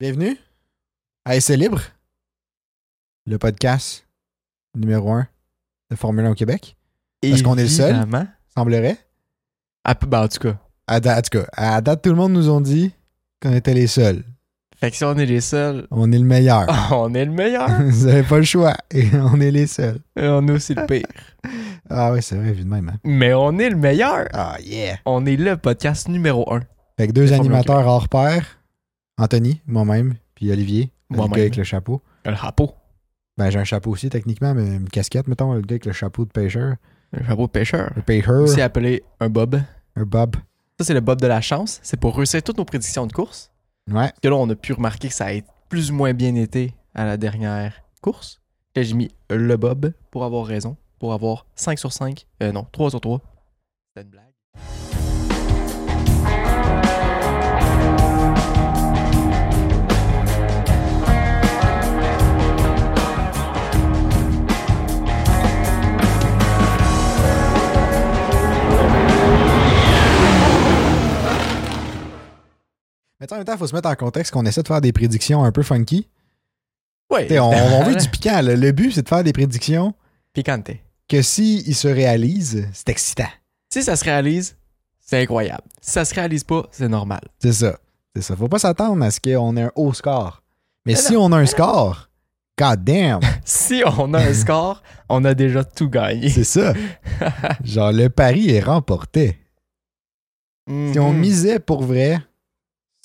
Bienvenue à Essai Libre, le podcast numéro 1 de Formule 1 au Québec. Parce qu'on est le seul. Évidemment. Semblerait. Ah, p- ben, en tout cas. À date, en tout cas, à date, tout le monde nous a dit qu'on était les seuls. Fait que si on est les seuls, On est le meilleur. on est le meilleur. Vous avez pas le choix. Et on est les seuls. Et on est aussi le pire. Ah oui, c'est vrai, vu de même. hein. Mais on est le meilleur. Ah yeah! On est le podcast numéro un. Fait que deux Les Formule animateurs hors pair, Anthony, moi-même, puis Olivier, le Moi-même. gars avec le chapeau. Le chapeau. Ben j'ai un chapeau aussi techniquement, mais une casquette, mettons, le gars avec le chapeau de pêcheur. Le chapeau de pêcheur. Un pêcheur, Aussi appelé un bob. un bob. Ça, c'est le bob de la chance. C'est pour réussir toutes nos prédictions de course. Ouais. Parce que là, on a pu remarquer que ça a été plus ou moins bien été à la dernière course. Là, j'ai mis le bob pour avoir raison. Pour avoir 5 sur 5. Euh, non, 3 sur 3. C'était une blague. Mais en même temps, il faut se mettre en contexte qu'on essaie de faire des prédictions un peu funky. Ouais. T'sais, On, on veut évidemment. du piquant. là. Le but, c'est de faire des prédictions Picante. que si ils se réalisent, c'est excitant. Si ça se réalise, c'est incroyable. Si ça se réalise pas, c'est normal. C'est ça. C'est ça. Faut pas s'attendre à ce qu'on ait un haut score. Mais Mais si on a un score, god damn, Si on a un score, on a déjà tout gagné. c'est ça. Genre, le pari est remporté. Si on Mhm. misait pour vrai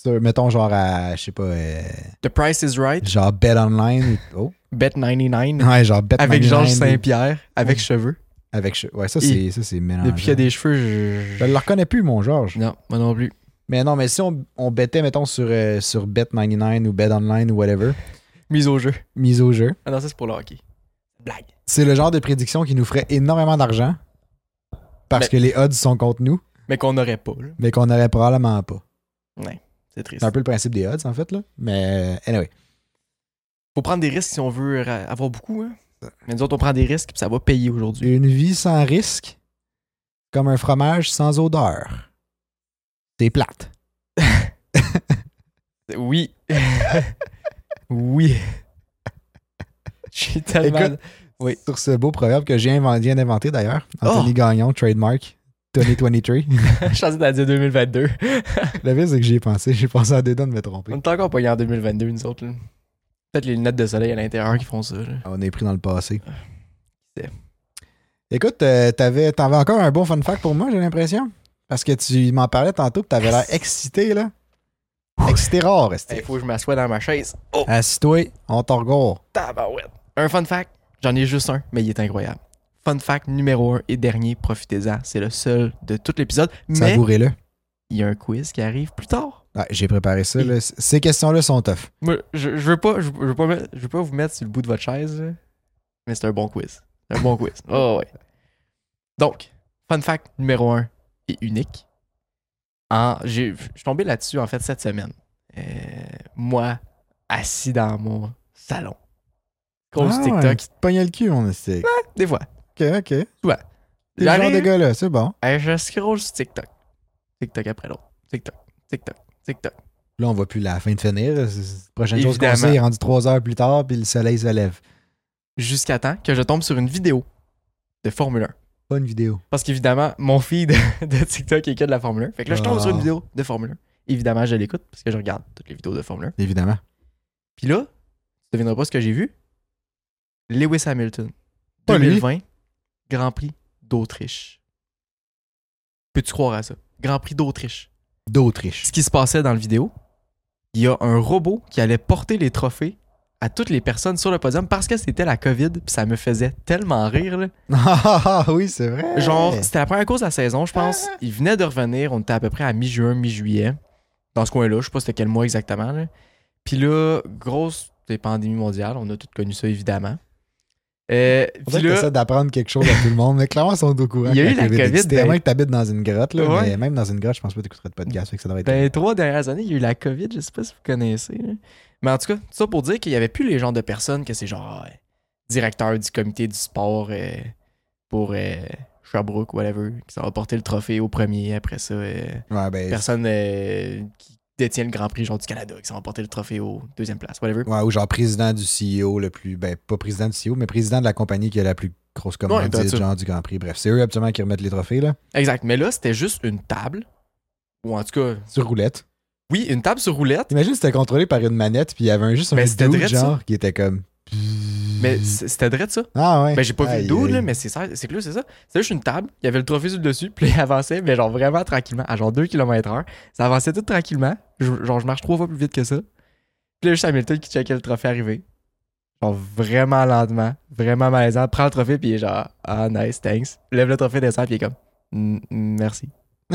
sur, mettons, genre à, je sais pas, euh, The Price is Right, genre Bet Online. ou- Bet 99, Oh. Ouais, genre Bet avec Georges Online, Saint-Pierre, avec Ouais. cheveux. Avec, che- ouais, ça, c'est, ça, c'est mélangé. Depuis qu'il y a des cheveux, Ah, Je je... le reconnais plus, mon Georges. Non, moi non plus. Mais non, mais si on, on bêtait, mettons, sur, euh, sur Bet99 ou Bet Online ou whatever, Mise au jeu. mise au jeu, Ah non, ça c'est pour le hockey. Blague. c'est le genre de prédiction qui nous ferait énormément d'argent parce Mais- que les odds sont contre nous, Mais qu'on n'aurait pas, là. mais qu'on n'aurait probablement pas. C'est triste. C'est un peu le principe des odds, en fait, là. Mais euh, anyway, Faut prendre des risques si on veut euh, ra- avoir beaucoup, hein. Mais nous autres, on prend des risques, puis ça va payer aujourd'hui. une vie sans risque, comme un fromage sans odeur. C'est plate. Oui. oui. Je suis tellement... Écoute, Oui. Sur ce beau proverbe que j'ai inventé, viens d'inventer d'ailleurs, Anthony Oh! Gagnon, trademark. 2023. Je pensais que t'allais dire 2022. Le pire, c'est que j'y ai pensé. J'ai pensé à deux dents de me tromper. On est encore pas en 2022, nous autres. là. Peut-être les lunettes de soleil à l'intérieur qui font ça. là. On est pris dans le passé. C'est- Écoute, euh, t'avais, t'avais encore un bon fun fact pour moi, j'ai l'impression. Parce que tu m'en parlais tantôt, tu t'avais l'air excité, là. Excité rare, Il resté. faut que je m'assoie dans ma chaise. Oh, Assis-toi, on t'en regarde. tabarouette. Un fun fact, j'en ai juste un, mais il est incroyable. Fun fact numéro un et dernier, profitez-en. C'est le seul de tout l'épisode. Mais Savourez-le. il y a un quiz qui arrive plus tard. Ouais, j'ai préparé ça, là. C- Ces questions-là sont tough. Moi, je, je veux pas, je, je veux pas mettre- je veux pas vous mettre sur le bout de votre chaise, là. mais c'est un bon quiz. Un bon quiz. Oh ouais. Donc, fun fact numéro un et unique. En- j'ai- je suis tombé là-dessus en fait cette semaine. Euh, moi, assis dans mon salon. Cause Ah, TikTok. ouais, tu te pognais le cul, mon stick. Des fois. Ok, ok. T'es le genre J'arrive, de gars-là, c'est bon. euh, je scroll sur TikTok. TikTok après l'autre. TikTok, TikTok, TikTok. Là, on va plus la fin de finir. C'est- c'est- Prochaine chose qu'on Évidemment. sait, il est rendu trois heures plus tard, puis le soleil se lève. Jusqu'à temps que je tombe sur une vidéo de Formule 1. Bonne vidéo. Parce qu'évidemment, mon feed de TikTok est que de la Formule 1. Fait que là, je tombe Ah. sur une vidéo de Formule 1. Évidemment, je l'écoute parce que je regarde toutes les vidéos de Formule 1. Évidemment. Puis là, tu devineras pas ce que j'ai vu. Lewis Hamilton. Pas lui. 2020, Grand Prix d'Autriche. Peux-tu croire à ça? Grand Prix d'Autriche. D'Autriche. Ce qui se passait dans la vidéo, il y a un robot qui allait porter les trophées à toutes les personnes sur le podium parce que c'était la COVID. Puis ça me faisait tellement rire. Là. Ah oui, c'est vrai. Genre, c'était la première course de la saison, je pense. Il venait de revenir, on était à peu près à mi-juin, mi-juillet, dans ce coin-là, je sais pas c'était quel mois exactement. là. Puis là, grosse des pandémies mondiales, on a tous connu ça évidemment. Euh, On puis dirait que là, t'essaies d'apprendre quelque chose à tout le monde, mais clairement, ils sont au courant. Il y a que eu la COVID, existe. ben- À moins que t'habites dans une grotte, là, Ouais. mais même dans une grotte, je pense pas que t'écouterais de podcast, fait que ça devrait être... dans ben, les trois dernières années, il y a eu la COVID, je sais pas si vous connaissez. là. Mais en tout cas, tout ça pour dire qu'il y avait plus les genres de personnes que c'est genre euh, directeur du comité du sport euh, pour euh, Sherbrooke, whatever, qui s'en va porter le trophée au premier, après ça. euh, Ouais, ben, personne euh, qui détient le Grand Prix genre, du Canada, qui s'est remporté le trophée au deuxième place, whatever. Ouais, ou genre président du CEO le plus. Ben, pas président du CEO, mais président de la compagnie qui a la plus grosse commande Ouais, that's genre du Grand Prix. Bref, c'est eux absolument qui remettent les trophées, là. Exact. Mais là, c'était juste une table. Ou en tout cas, Sur roulette. oui, une table sur roulette. Imagine c'était contrôlé par une manette, puis il y avait un, juste Mais un Ben, c'était dude, direct, ça. genre, qui était comme. Mais c- c'était vrai de ça. Ah ouais. Ben, j'ai pas vu Aïe, le dude, aïe. là, mais c'est ça- c'est que là, c'est ça. C'est juste une table, il y avait le trophée sur le dessus, puis là, il avançait, mais genre vraiment tranquillement, à genre 2 km heure. Ça avançait tout tranquillement. Je- genre, je marche trois fois plus vite que ça. Puis là, juste Hamilton qui checkait le trophée arriver. Genre vraiment lentement, vraiment malaisant. Prend le trophée, puis il est genre, ah, nice, thanks. Lève le trophée, descend, puis il est comme, Mm, mm, merci.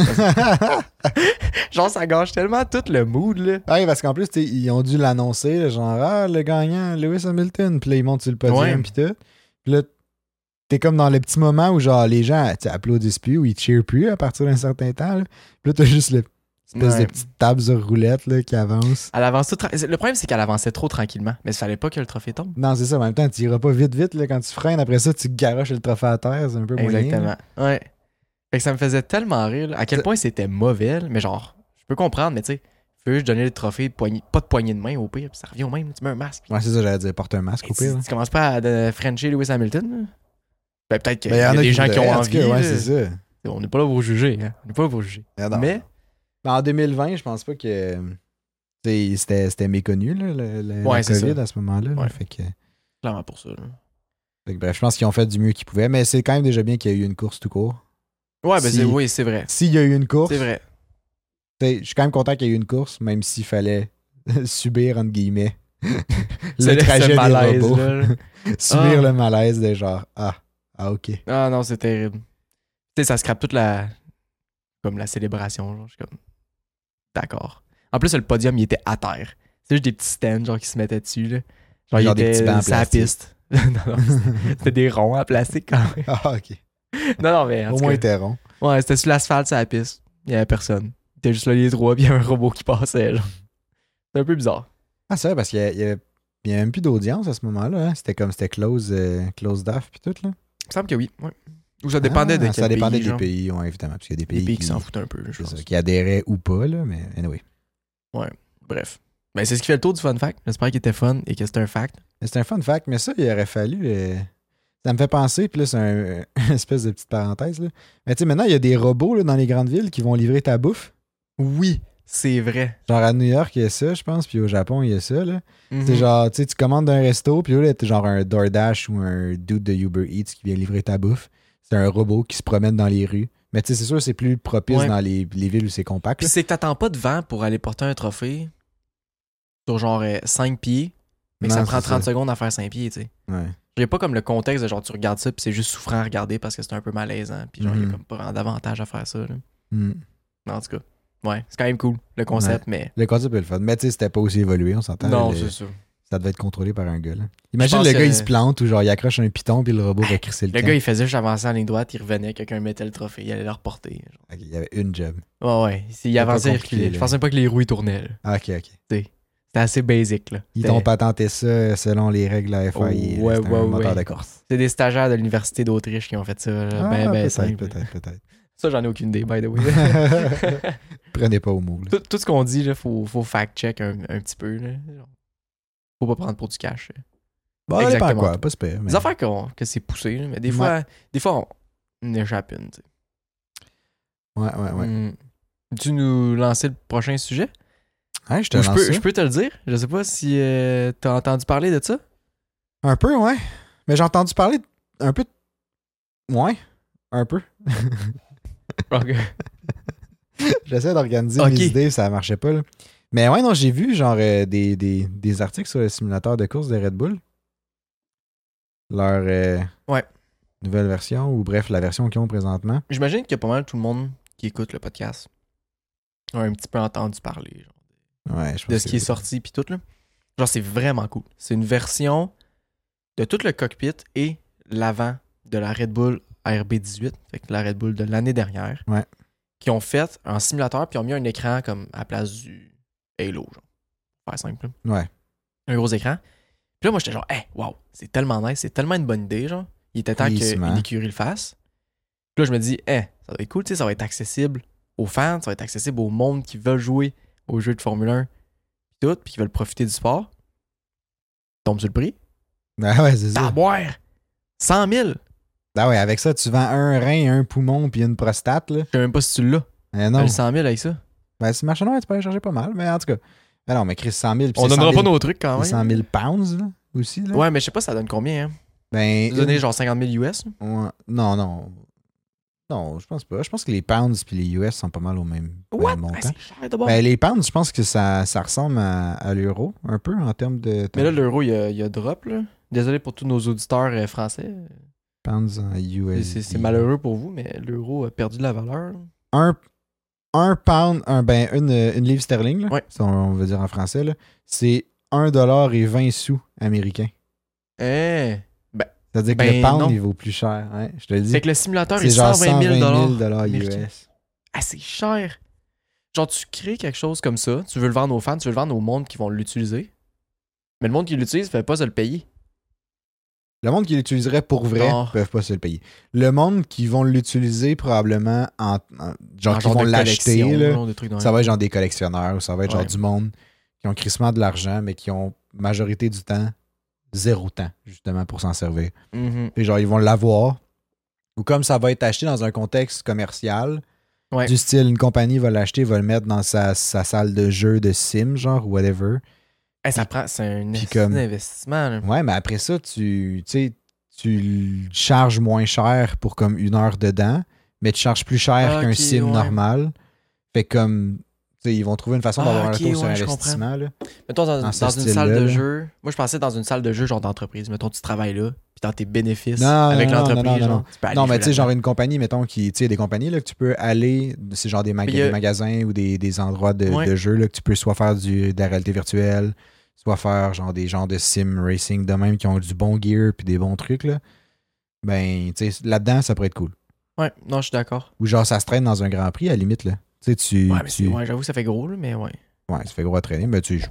Genre, ça gâche tellement tout le mood, là. Ouais, Ah, parce qu'en plus, tu sais, ils ont dû l'annoncer, là, genre, ah, le gagnant, Lewis Hamilton, puis là, ils montent sur le Ouais. podium, puis tout. Puis là, t'es comme dans le petit moment où, genre, les gens tu sais, applaudissent plus ou ils cheerent plus à partir d'un certain temps, là. Puis là, t'as juste le espèce Ouais. de petite table sur roulette, là, qui avance. Elle avance tout tra- Le problème, c'est qu'elle avançait trop tranquillement, mais il fallait pas que le trophée tombe. Non, c'est ça, en même temps, tu iras pas vite, vite, là, quand tu freines, après ça, tu garoches le trophée à terre, c'est un peu moyen. Exactement. Ouais. Fait que ça me faisait tellement rire là, à quel Ça- point c'était mauvais, là, mais genre, je peux comprendre, mais tu sais, je juste donner le trophée, poignée- pas de poignée de main au pire, puis ça revient au même, tu mets un masque. puis- Ouais, c'est ça, j'allais dire, porte un masque, Et au tu, pire. là. tu commences pas à de Frencher Lewis Hamilton. là. Ben, peut-être qu'il Ben, y, a des qui gens qui ont voudraient, en tout envie. cas, Ouais, là. c'est ça. On n'est pas là pour juger. hein. On n'est pas là pour juger. Ah, non. Mais- Ben, en 2020, je pense pas que tu sais, c'était c'était méconnu là, le, le- Ouais, la c'est COVID ça. à ce moment-là. là. Ouais. Fait que- Clairement pour ça. là. fait que bref, je pense qu'ils ont fait du mieux qu'ils pouvaient, mais c'est quand même déjà bien qu'il y ait eu une course tout court. Ouais, ben Si- c'est- oui, c'est vrai. S'il y a eu une course, C'est vrai. tu sais, je suis quand même content qu'il y ait eu une course, même s'il fallait subir entre guillemets C'est le trajet ce des malaise, robots. là, là. subir Ah. le malaise des genre Ah, ah ok. Ah non, c'est terrible. Tu sais, ça scrape toute la. Comme la célébration, genre. Je suis comme. D'accord. En plus, le podium, il était à terre. C'est juste des petits stands, genre, qui se mettaient dessus, là. Genre, il Genre des était petits bancs en sur la plastique. piste. non, non, c'était des ronds en plastique, quand même. ah ok. Non, non, mais. en Au tout moins cas, il était rond. Ouais, c'était sur l'asphalte, sur la piste. Il y avait personne. Il était juste là, les trois, puis il y avait un robot qui passait, genre. C'est un peu bizarre. Ah c'est vrai parce qu'il y a- il y avait il y avait même plus d'audience à ce moment-là. hein. C'était comme c'était close, euh, close d'AF puis tout là. Il me semble que oui. Ouais. Ou ça dépendait de Ah, quel Ça dépendait pays, des genre. pays, ouais, évidemment. Parce qu'il y a des Des pays, pays qui qui, s'en foutent un peu, je c'est pense. ça, qui adhéraient ou pas, là, mais anyway. Bref. Ben, c'est ce qui fait le tour du fun fact. J'espère qu'il était fun et que c'était un fact. Mais C'est un fun fact, mais ça, il aurait fallu. euh, Ça me fait penser, puis là, c'est un- une espèce de petite parenthèse. Là. Mais tu sais, maintenant, il y a des robots là, dans les grandes villes qui vont livrer ta bouffe. Oui, c'est vrai. Genre à New York, il y a ça, je pense, puis au Japon, il y a ça. Là. C'est Mhm. genre, tu sais, tu commandes d'un resto, puis là, t'es genre un DoorDash ou un dude de Uber Eats qui vient livrer ta bouffe. C'est un robot qui se promène dans les rues. Mais tu sais, c'est sûr, c'est plus propice Ouais. dans les, les villes où c'est compact. Puis là. c'est que t'attends pas de vent pour aller porter un trophée sur genre 5 pieds, mais que ça Non, prend c'est 30 secondes à faire 5 pieds, tu sais. Ouais. J'ai pas comme le contexte de genre tu regardes ça puis c'est juste souffrant à regarder parce que c'est un peu malaisant puis genre il y a Mhm. comme pas vraiment d'avantage à faire ça. là. Mm. Mais En tout cas, ouais, c'est quand même cool le concept, mais Le concept est le fun. Mais tu sais, c'était pas aussi évolué, on s'entend. non, Le- c'est ça. Ça devait être contrôlé par un gars. là. Je Imagine pense le que- gars, il se plante ou genre, il accroche un piton puis le robot va crisser le, Le camp. gars il faisait juste avancer en ligne droite, il revenait, quelqu'un mettait le trophée, il allait le reporter. genre. Ok, il y avait une job. Ouais, ouais, il- il pas avançait, il compliqué, reculait. là. Je pensais pas que les roues ils tournaient. là. Ah, ok, ok. C'était assez basic là. Ils C'était- t'ont patenté ça euh, selon les règles à FIA. Oh, là. ouais, C'était un ouais, moteur ouais. de course. C'est des stagiaires de l'université d'Autriche qui ont fait ça. là. Ah, ben, ben, peut-être, simple. peut-être, peut-être. Ça, j'en ai aucune idée, by the way. Prenez pas au mot. là. tout, tout ce qu'on dit, il faut, faut fact-check un, un petit peu. Là. Genre, Faut pas prendre pour du cash. là. Bon, ça dépend Exactement. quoi, pas super. mais- Des affaires qu'on- que c'est poussé, là, mais des fois, des fois on, on échappe une. tu sais. Ouais, ouais, ouais. Hmm. Tu nous lancer le prochain sujet? Hein, je te Ou je, lance peux, ça. je peux te le dire? Je sais pas si euh, t'as entendu parler de ça. Un peu, ouais. Mais j'ai entendu parler un peu. de- Ouais, un peu. J'essaie d'organiser Ok. mes idées, ça marchait pas. Là. Mais ouais, non, j'ai vu genre euh, des, des- des articles sur le simulateur de course de Red Bull. Leur euh, Ouais. nouvelle version, ou bref, la version qu'ils ont présentement. J'imagine qu'il y a pas mal tout le monde qui écoute le podcast a un petit peu entendu parler. genre. Ouais, je pense de ce que qui est oui. sorti puis tout là. Genre c'est vraiment cool. C'est une version de tout le cockpit et l'avant de la Red Bull RB18, fait que la Red Bull de l'année dernière. Ouais. Qui ont fait un simulateur puis ont mis un écran comme à la place du Halo genre. Pas simple. là. Ouais. Un gros écran. Puis là moi j'étais genre hey, wow, c'est tellement nice, c'est tellement une bonne idée genre. Il était temps Oui, que c'est marrant. une écurie le fasse. Puis là je me dis hey, ça va être cool, tu sais ça va être accessible aux fans, ça va être accessible au monde qui veut jouer aux jeux de Formule 1 tout, puis qui veulent profiter du sport, ils tombent sur le prix. Ah ouais, c'est T'as à ça. boire! 100 000! Ah ouais, avec ça, tu vends un rein, un poumon, puis une prostate, là. Je sais même pas si tu l'as. Mais T'as non. le 100 000 avec ça. Ben, si marchand noir, tu peux aller chercher pas mal, mais en tout cas. Ben non, mais Chris, 100 000. puis On c'est 100 donnera 000 pas nos trucs quand même. c'est 100 000 pounds, là, aussi, là. Ouais, mais je sais pas ça donne combien. Hein. Ben, Vous donnez genre 50 000 US. une- ouais. non, non. Non, je pense pas. Je pense que les pounds puis les US sont pas mal au même, What? même Ah, montant. c'est cher d'abord. Ben, les pounds, je pense que ça, ça ressemble à, à l'euro, un peu, en termes de mais là, l'euro, il y a, il y a drop. Là. Désolé pour tous nos auditeurs euh, français. pounds en C'est- US. C'est c'est malheureux pour vous, mais l'euro a perdu de la valeur. un, un pound, un, ben, une, une livre sterling, là, Ouais. si on, on veut dire en français, là, c'est 1,20$ sous américain. Eh! C'est-à-dire que Ben, le pound, non. il vaut plus cher. hein, je te le dis. Fait que le simulateur est C'est genre 120 000 120 000 américains. US. Ah, c'est cher! Genre, tu crées quelque chose comme ça, tu veux le vendre aux fans, tu veux le vendre au monde qui vont l'utiliser. Mais le monde qui l'utilise fait pas se le payer. Le monde qui l'utiliserait pour vrai Non. ne peuvent pas se le payer. Le monde qui vont l'utiliser probablement en, en- genre Un qui vont de collection, l'acheter, là, genre, des trucs dans ça va être genre des collectionneurs ou ça va être Ouais. genre du monde qui ont crissement de l'argent mais qui ont majorité du temps zéro temps justement pour s'en servir. Mhm. Puis genre ils vont l'avoir ou comme ça va être acheté dans un contexte commercial Ouais. du style une compagnie va l'acheter, va le mettre dans sa, sa salle de jeu de sim genre whatever. Eh, ça prend, c'est un Puis esti comme- d'investissement. là. Ouais, mais après ça, tu, tu sais, tu le charges moins cher pour comme une heure dedans, mais tu charges plus cher Ah, qu'un ok, sim ouais. normal. Fait que comme, tu sais, ils vont trouver une façon Ah, d'avoir ok, un retour sur ouais, je investissement. Là. Mettons dans, Dans ce dans une style-là, salle de là. jeu. Moi, je pensais dans une salle de jeu, genre d'entreprise. Mettons, tu travailles là, puis dans tes bénéfices Non, avec non, non, non, non, l'entreprise, genre, non. tu peux aller non, mais jouer tu sais, genre là-dedans. une compagnie, mettons, qui, tu sais, des compagnies là, que tu peux aller, c'est genre des, maga- Mais il y a- des magasins ou des, des endroits de, euh, Ouais. de jeu là, que tu peux soit faire du, de la réalité virtuelle, soit faire genre des genres de sim racing de même qui ont du bon gear puis des bons trucs. Là. Ben, tu sais, là-dedans, ça pourrait être cool. Ouais, non, je suis d'accord. Ou genre, ça se traîne dans un grand prix, à la limite, là. Tu sais, tu. Ouais, mais c'est- tu- ouais, j'avoue, ça fait gros, là, mais ouais. ouais, ça fait gros à traîner, mais tu. Je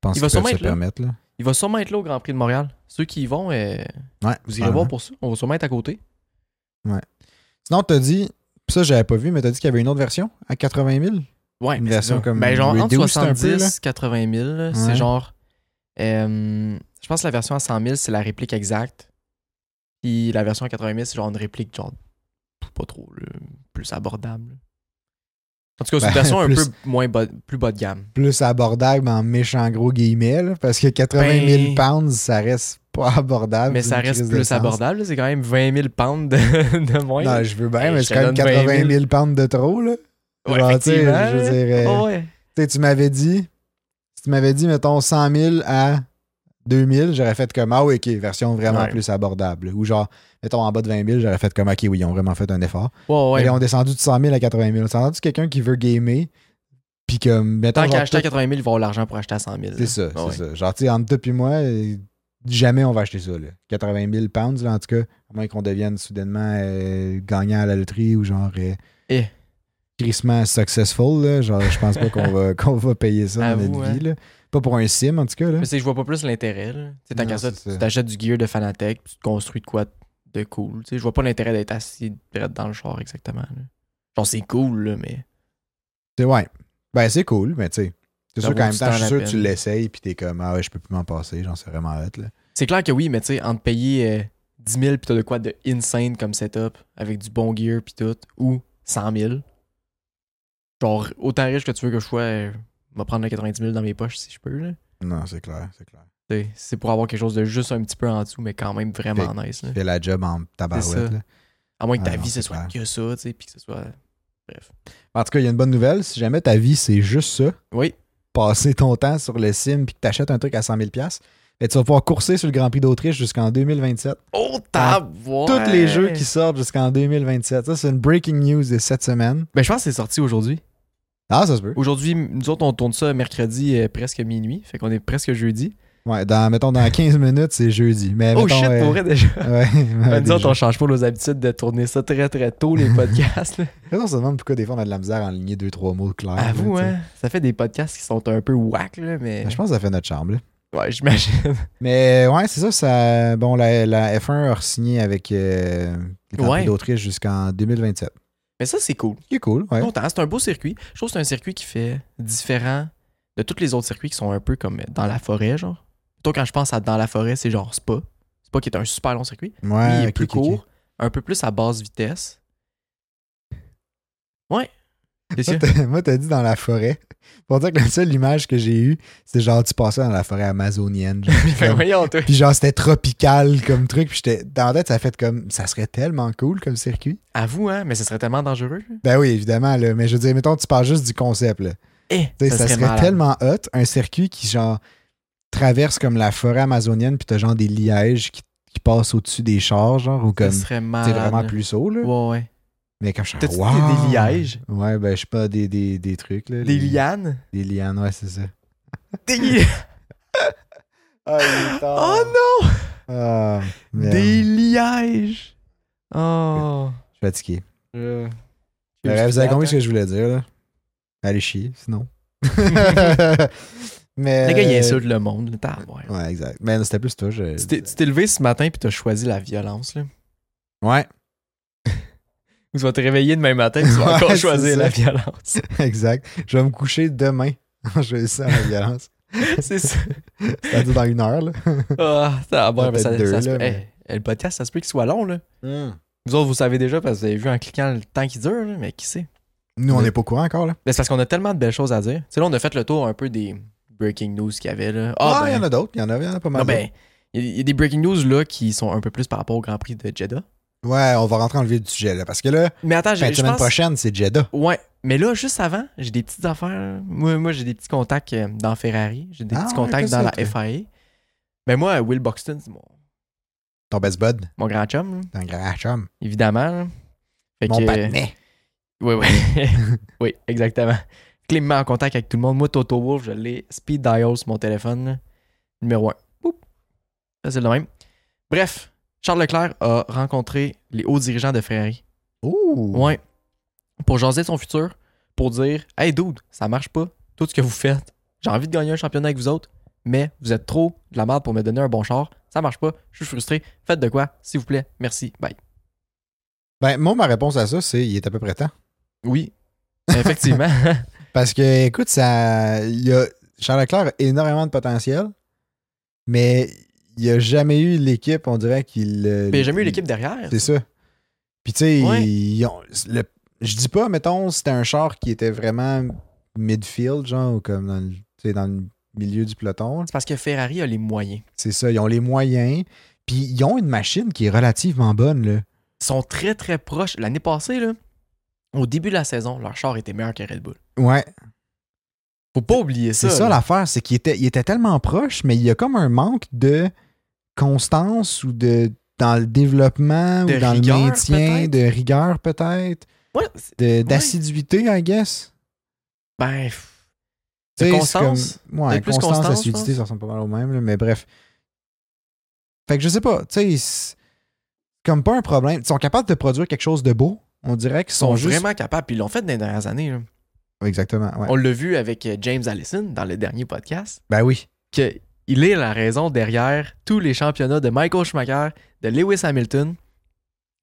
pense Il va qu'ils peuvent sûrement se être là. permettre, là. Il va sûrement être là au Grand Prix de Montréal. Ceux qui y vont, euh, Ouais. vous irez ouais. voir pour ça. On va sûrement être à côté. Sinon, t'as dit. pis Ça, j'avais pas vu, mais t'as dit qu'il y avait une autre version à 80 000. Ouais, Une mais c'est version ça. comme Ben, genre, entre Reduced un peu, 70 80 000, là, c'est Ouais. genre. euh, je pense que la version à 100 000, c'est la réplique exacte. Puis la version à 80 000, c'est genre une réplique, genre, pas trop, là, plus abordable. En tout cas, c'est Ben, une version un plus- peu moins bas, plus bas de gamme. Plus abordable en méchant gros guillemets, là, parce que 80 000 Ben- pounds, ça reste pas abordable. Mais c'est ça Ah, une crise reste de plus sens. abordable, là, c'est quand même 20 000 pounds de, de moins. Non, là. je veux bien, Hey, mais je c'est te quand même donne 80 000, 20 000 pounds de trop, là. Ouais, genre, tu sais, effectivement, je veux là. dire, euh, Ah ouais. Tu sais, tu m'avais dit. Si tu m'avais dit, mettons, 100 000 à 2000, j'aurais fait comme, ah oui, ok, version vraiment Ouais. plus abordable. Ou genre, mettons, en bas de 20 000, j'aurais fait comme, ok, oui, ils ont vraiment fait un effort. Ouais, ouais. Mais là, on est descendu de 100 000 à 80 000. On s'est entendu quelqu'un qui veut gamer, puis comme, mettons, Tant qu'à genre, acheter à tout- 80 000, il va avoir l'argent pour acheter à 100 000. là. C'est ça, c'est Ah Ouais. ça. Genre, tu sais, entre toi et moi, euh, jamais on va acheter ça, là. 80 000 pounds, là, en tout cas, à moins qu'on devienne soudainement euh, gagnant à la loterie ou genre. euh, Eh. crissement successful, là. Genre, je pense pas qu'on va, qu'on va payer ça dans Avoue, hein. notre vie, là. Pas pour un sim, en tout cas, là. Mais c'est que je vois pas plus l'intérêt. là. Tu sais, Tant Non, qu'à ça, c'est ça. tu t'achètes du gear de Fanatec, puis tu te construis de quoi de cool. Tu sais, je vois pas l'intérêt d'être assis direct dans le char exactement. là. Genre, c'est cool, là, mais. C'est- ouais. Ben, c'est cool, mais tu sais. C'est Ça sûr vaut qu'en même du temps, temps je suis la sûr que peine. tu l'essayes, puis t'es comme, ah ouais, je peux plus m'en passer, genre, c'est vraiment hot, là. C'est clair que oui, mais tu sais, entre payer euh, 10 000 puis t'as de quoi de insane comme setup, avec du bon gear puis tout, ou 100 000. Genre, autant riche que tu veux que je sois, euh, je vais prendre le 90 000 dans mes poches si je peux. là. Non, c'est clair, c'est clair. Tu sais, C'est pour avoir quelque chose de juste un petit peu en dessous, mais quand même vraiment nice. là. Tu fais la job en C'est tabarouette, ça. là. À moins que ta Ah non, vie, ce c'est soit clair. que ça, tu sais, puis que ce soit. En tout cas, il y a une bonne nouvelle. Si jamais ta vie, c'est juste ça, Oui, passer ton temps sur le sim puis que tu achètes un truc à 100 000 ben, tu vas pouvoir courser sur le Grand Prix d'Autriche jusqu'en 2027. Oh, Dans tabouin! Tous les jeux qui sortent jusqu'en 2027. Ça, c'est une breaking news de cette semaine. Ben, je pense que c'est sorti aujourd'hui. Ah, ça se peut. Aujourd'hui, nous autres, on tourne ça mercredi euh, presque minuit. Fait qu'on est presque jeudi. Ouais, dans, mettons, dans 15 minutes, c'est jeudi. Mais, oh mettons, shit, euh, pour vrai, déjà. ouais, ouais, Ben, nous déjà. autres, on change pas nos habitudes de tourner ça très très tôt, les podcasts. là. on se demande pourquoi des fois on a de la misère à enligner deux, trois mots clairs. là, Avoue, tu sais. hein. Ça fait des podcasts qui sont un peu whack, là, mais. Ben, je pense que ça fait notre charme. là. Ouais, j'imagine. Mais ouais, c'est ça, ça. Bon, la, la F1 a signé avec euh, le Grand Prix Ouais. d'Autriche jusqu'en 2027. Mais ça, c'est cool. Il est cool, ouais. Longtemps, c'est un beau circuit. Je trouve que c'est un circuit qui fait différent de tous les autres circuits qui sont un peu comme dans la forêt, genre. Toi, quand je pense à dans la forêt, c'est genre Spa. Spa qui est un super long circuit. Ouais, Lui, il est ok, plus ok, ok. court, un peu plus à basse vitesse. Ouais. Qu'est-ce Moi, que- t'as- Moi, t'as dit dans la forêt. Pour dire que la seule image que j'ai eue, c'est genre tu passais dans la forêt amazonienne. genre. Ben voyons, toi. puis genre, c'était tropical comme truc. Puis j'étais dans la tête, ça a fait comme ça serait tellement cool comme circuit. Avoue, hein, mais ce serait tellement dangereux. Ben oui, évidemment, là. Mais je veux dire, mettons, tu parles juste du concept, là. Eh, Tu sais, ça, serait, malade. tellement hot, un circuit qui, genre, traverse comme la forêt amazonienne, puis t'as genre des lièges qui, qui passent au-dessus des chars, genre, ou Ça comme. serait C'est malade. vraiment plus haut, là. Ouais, ouais. Mais comme je suis T'as-tu dit wow. des lièges? Ouais, ben, je sais pas, des, des, des trucs, là. Des les- lianes. Des lianes, ouais, c'est ça. Des li- Ah, Oh non! Ah, merde. Des lièges! Oh! Euh, Je suis fatigué. Je- Bref, vous avez compris ce que je voulais dire, là. Allez chier, sinon. Mais. euh, Le gars, il insulte le monde. là. T'as- Euh, ouais. Ouais, exact. Mais non, c'était plus toi. je- Tu t'es tu t'es levé ce matin puis t'as choisi la violence. Là. Ouais, Ou tu vas te réveiller demain matin puis tu vas Ouais, encore c'est choisir ça. la violence. exact. Je vais me coucher demain. je vais essayer la violence. C'est ça. C'est-à-dire dans une heure, là. Ah, t'as- bon, Peut-être mais ça, deux, ça se là, peut- mais- Eh, le podcast, ça se peut qu'il soit long. Là. Vous autres, vous savez déjà parce que vous avez vu en cliquant le temps qui dure, là, mais qui sait? Nous, on Ouais. n'est pas au courant encore, là. Mais c'est parce qu'on a tellement de belles choses à dire. Tu sais, là, on a fait le tour un peu des breaking news qu'il y avait. Là. Ah, il Ah, y ben, en a d'autres. Il y en a, il y en a pas mal. non, ben, il y a- il y a des breaking news là qui sont un peu plus par rapport au Grand Prix de Jeddah. d'autres. Ouais, on va rentrer dans le vif du sujet, là. Parce que là, Mais attends, fin j'ai de ben. Ben, je semaine pense- prochaine, c'est Jeddah. Ouais, mais là, juste avant, j'ai des petites affaires. Moi, moi j'ai des petits contacts euh, dans Ferrari, j'ai des Ah, petits ouais, contacts t'as dans ça, toi. la FIA. Mais Ben, moi, Will Buxton, c'est mon, Ton best bud, mon grand chum, là, ton grand chum, évidemment. là. Fait mon que- euh, patinet. Oui, oui. oui, exactement. Clé me met en contact avec tout le monde. Moi, Toto Wolf, je l'ai speed dial sur mon téléphone. là. Numéro 1. Boop. Ça, c'est le même. Bref, Charles Leclerc a rencontré les hauts dirigeants de Ferrari. Ouh! Ouais. Pour jaser de son futur, pour dire Hey dude, ça marche pas. Tout ce que vous faites, j'ai envie de gagner un championnat avec vous autres, mais vous êtes trop de la merde pour me donner un bon char. Ça marche pas. Je suis frustré. Faites de quoi, s'il vous plaît. Merci. Bye. Ben, moi, ma réponse à ça, c'est il est à peu près temps. Oui. Effectivement. Parce que, écoute, ça. il Y a, Charles Leclerc a énormément de potentiel, mais il n'y a jamais eu l'équipe, on dirait qu'il. euh, mais j'ai jamais eu l'équipe derrière. C'est ça. Puis, tu sais, Ouais. ils ont- le- je dis pas, mettons, c'était un char qui était vraiment midfield, genre, ou comme dans le, tu sais, dans le milieu du peloton. C'est parce que Ferrari a les moyens. C'est ça, ils ont les moyens. Puis, ils ont une machine qui est relativement bonne, là. Ils sont très très proches. L'année passée, là, au début de la saison, leur char était meilleur que Red Bull. Ouais, Faut pas oublier ça. C'est ça là. l'affaire, c'est qu'il était, il était tellement proche, mais il y a comme un manque de constance ou de dans le développement De ou dans rigueur, le maintien, peut-être? de rigueur peut-être, Ouais, c'est- de- d'assiduité, I guess. ben, pff, Tu de sais, c'est constance. comme- ouais, Peut-être plus constance, constance, je assiduité, pense. ça ressemble pas mal au même, là, mais bref. Fait que je sais pas, tu sais, c'est comme pas un problème. Ils sont capables de produire quelque chose de beau. On dirait qu'ils Ils sont sont juste. vraiment capables. Puis ils l'ont fait dans les dernières années. là. Exactement, ouais. On l'a vu avec euh, James Allison dans le dernier podcast, Ben oui. qu'il est la raison derrière tous les championnats de Michael Schumacher, de Lewis Hamilton,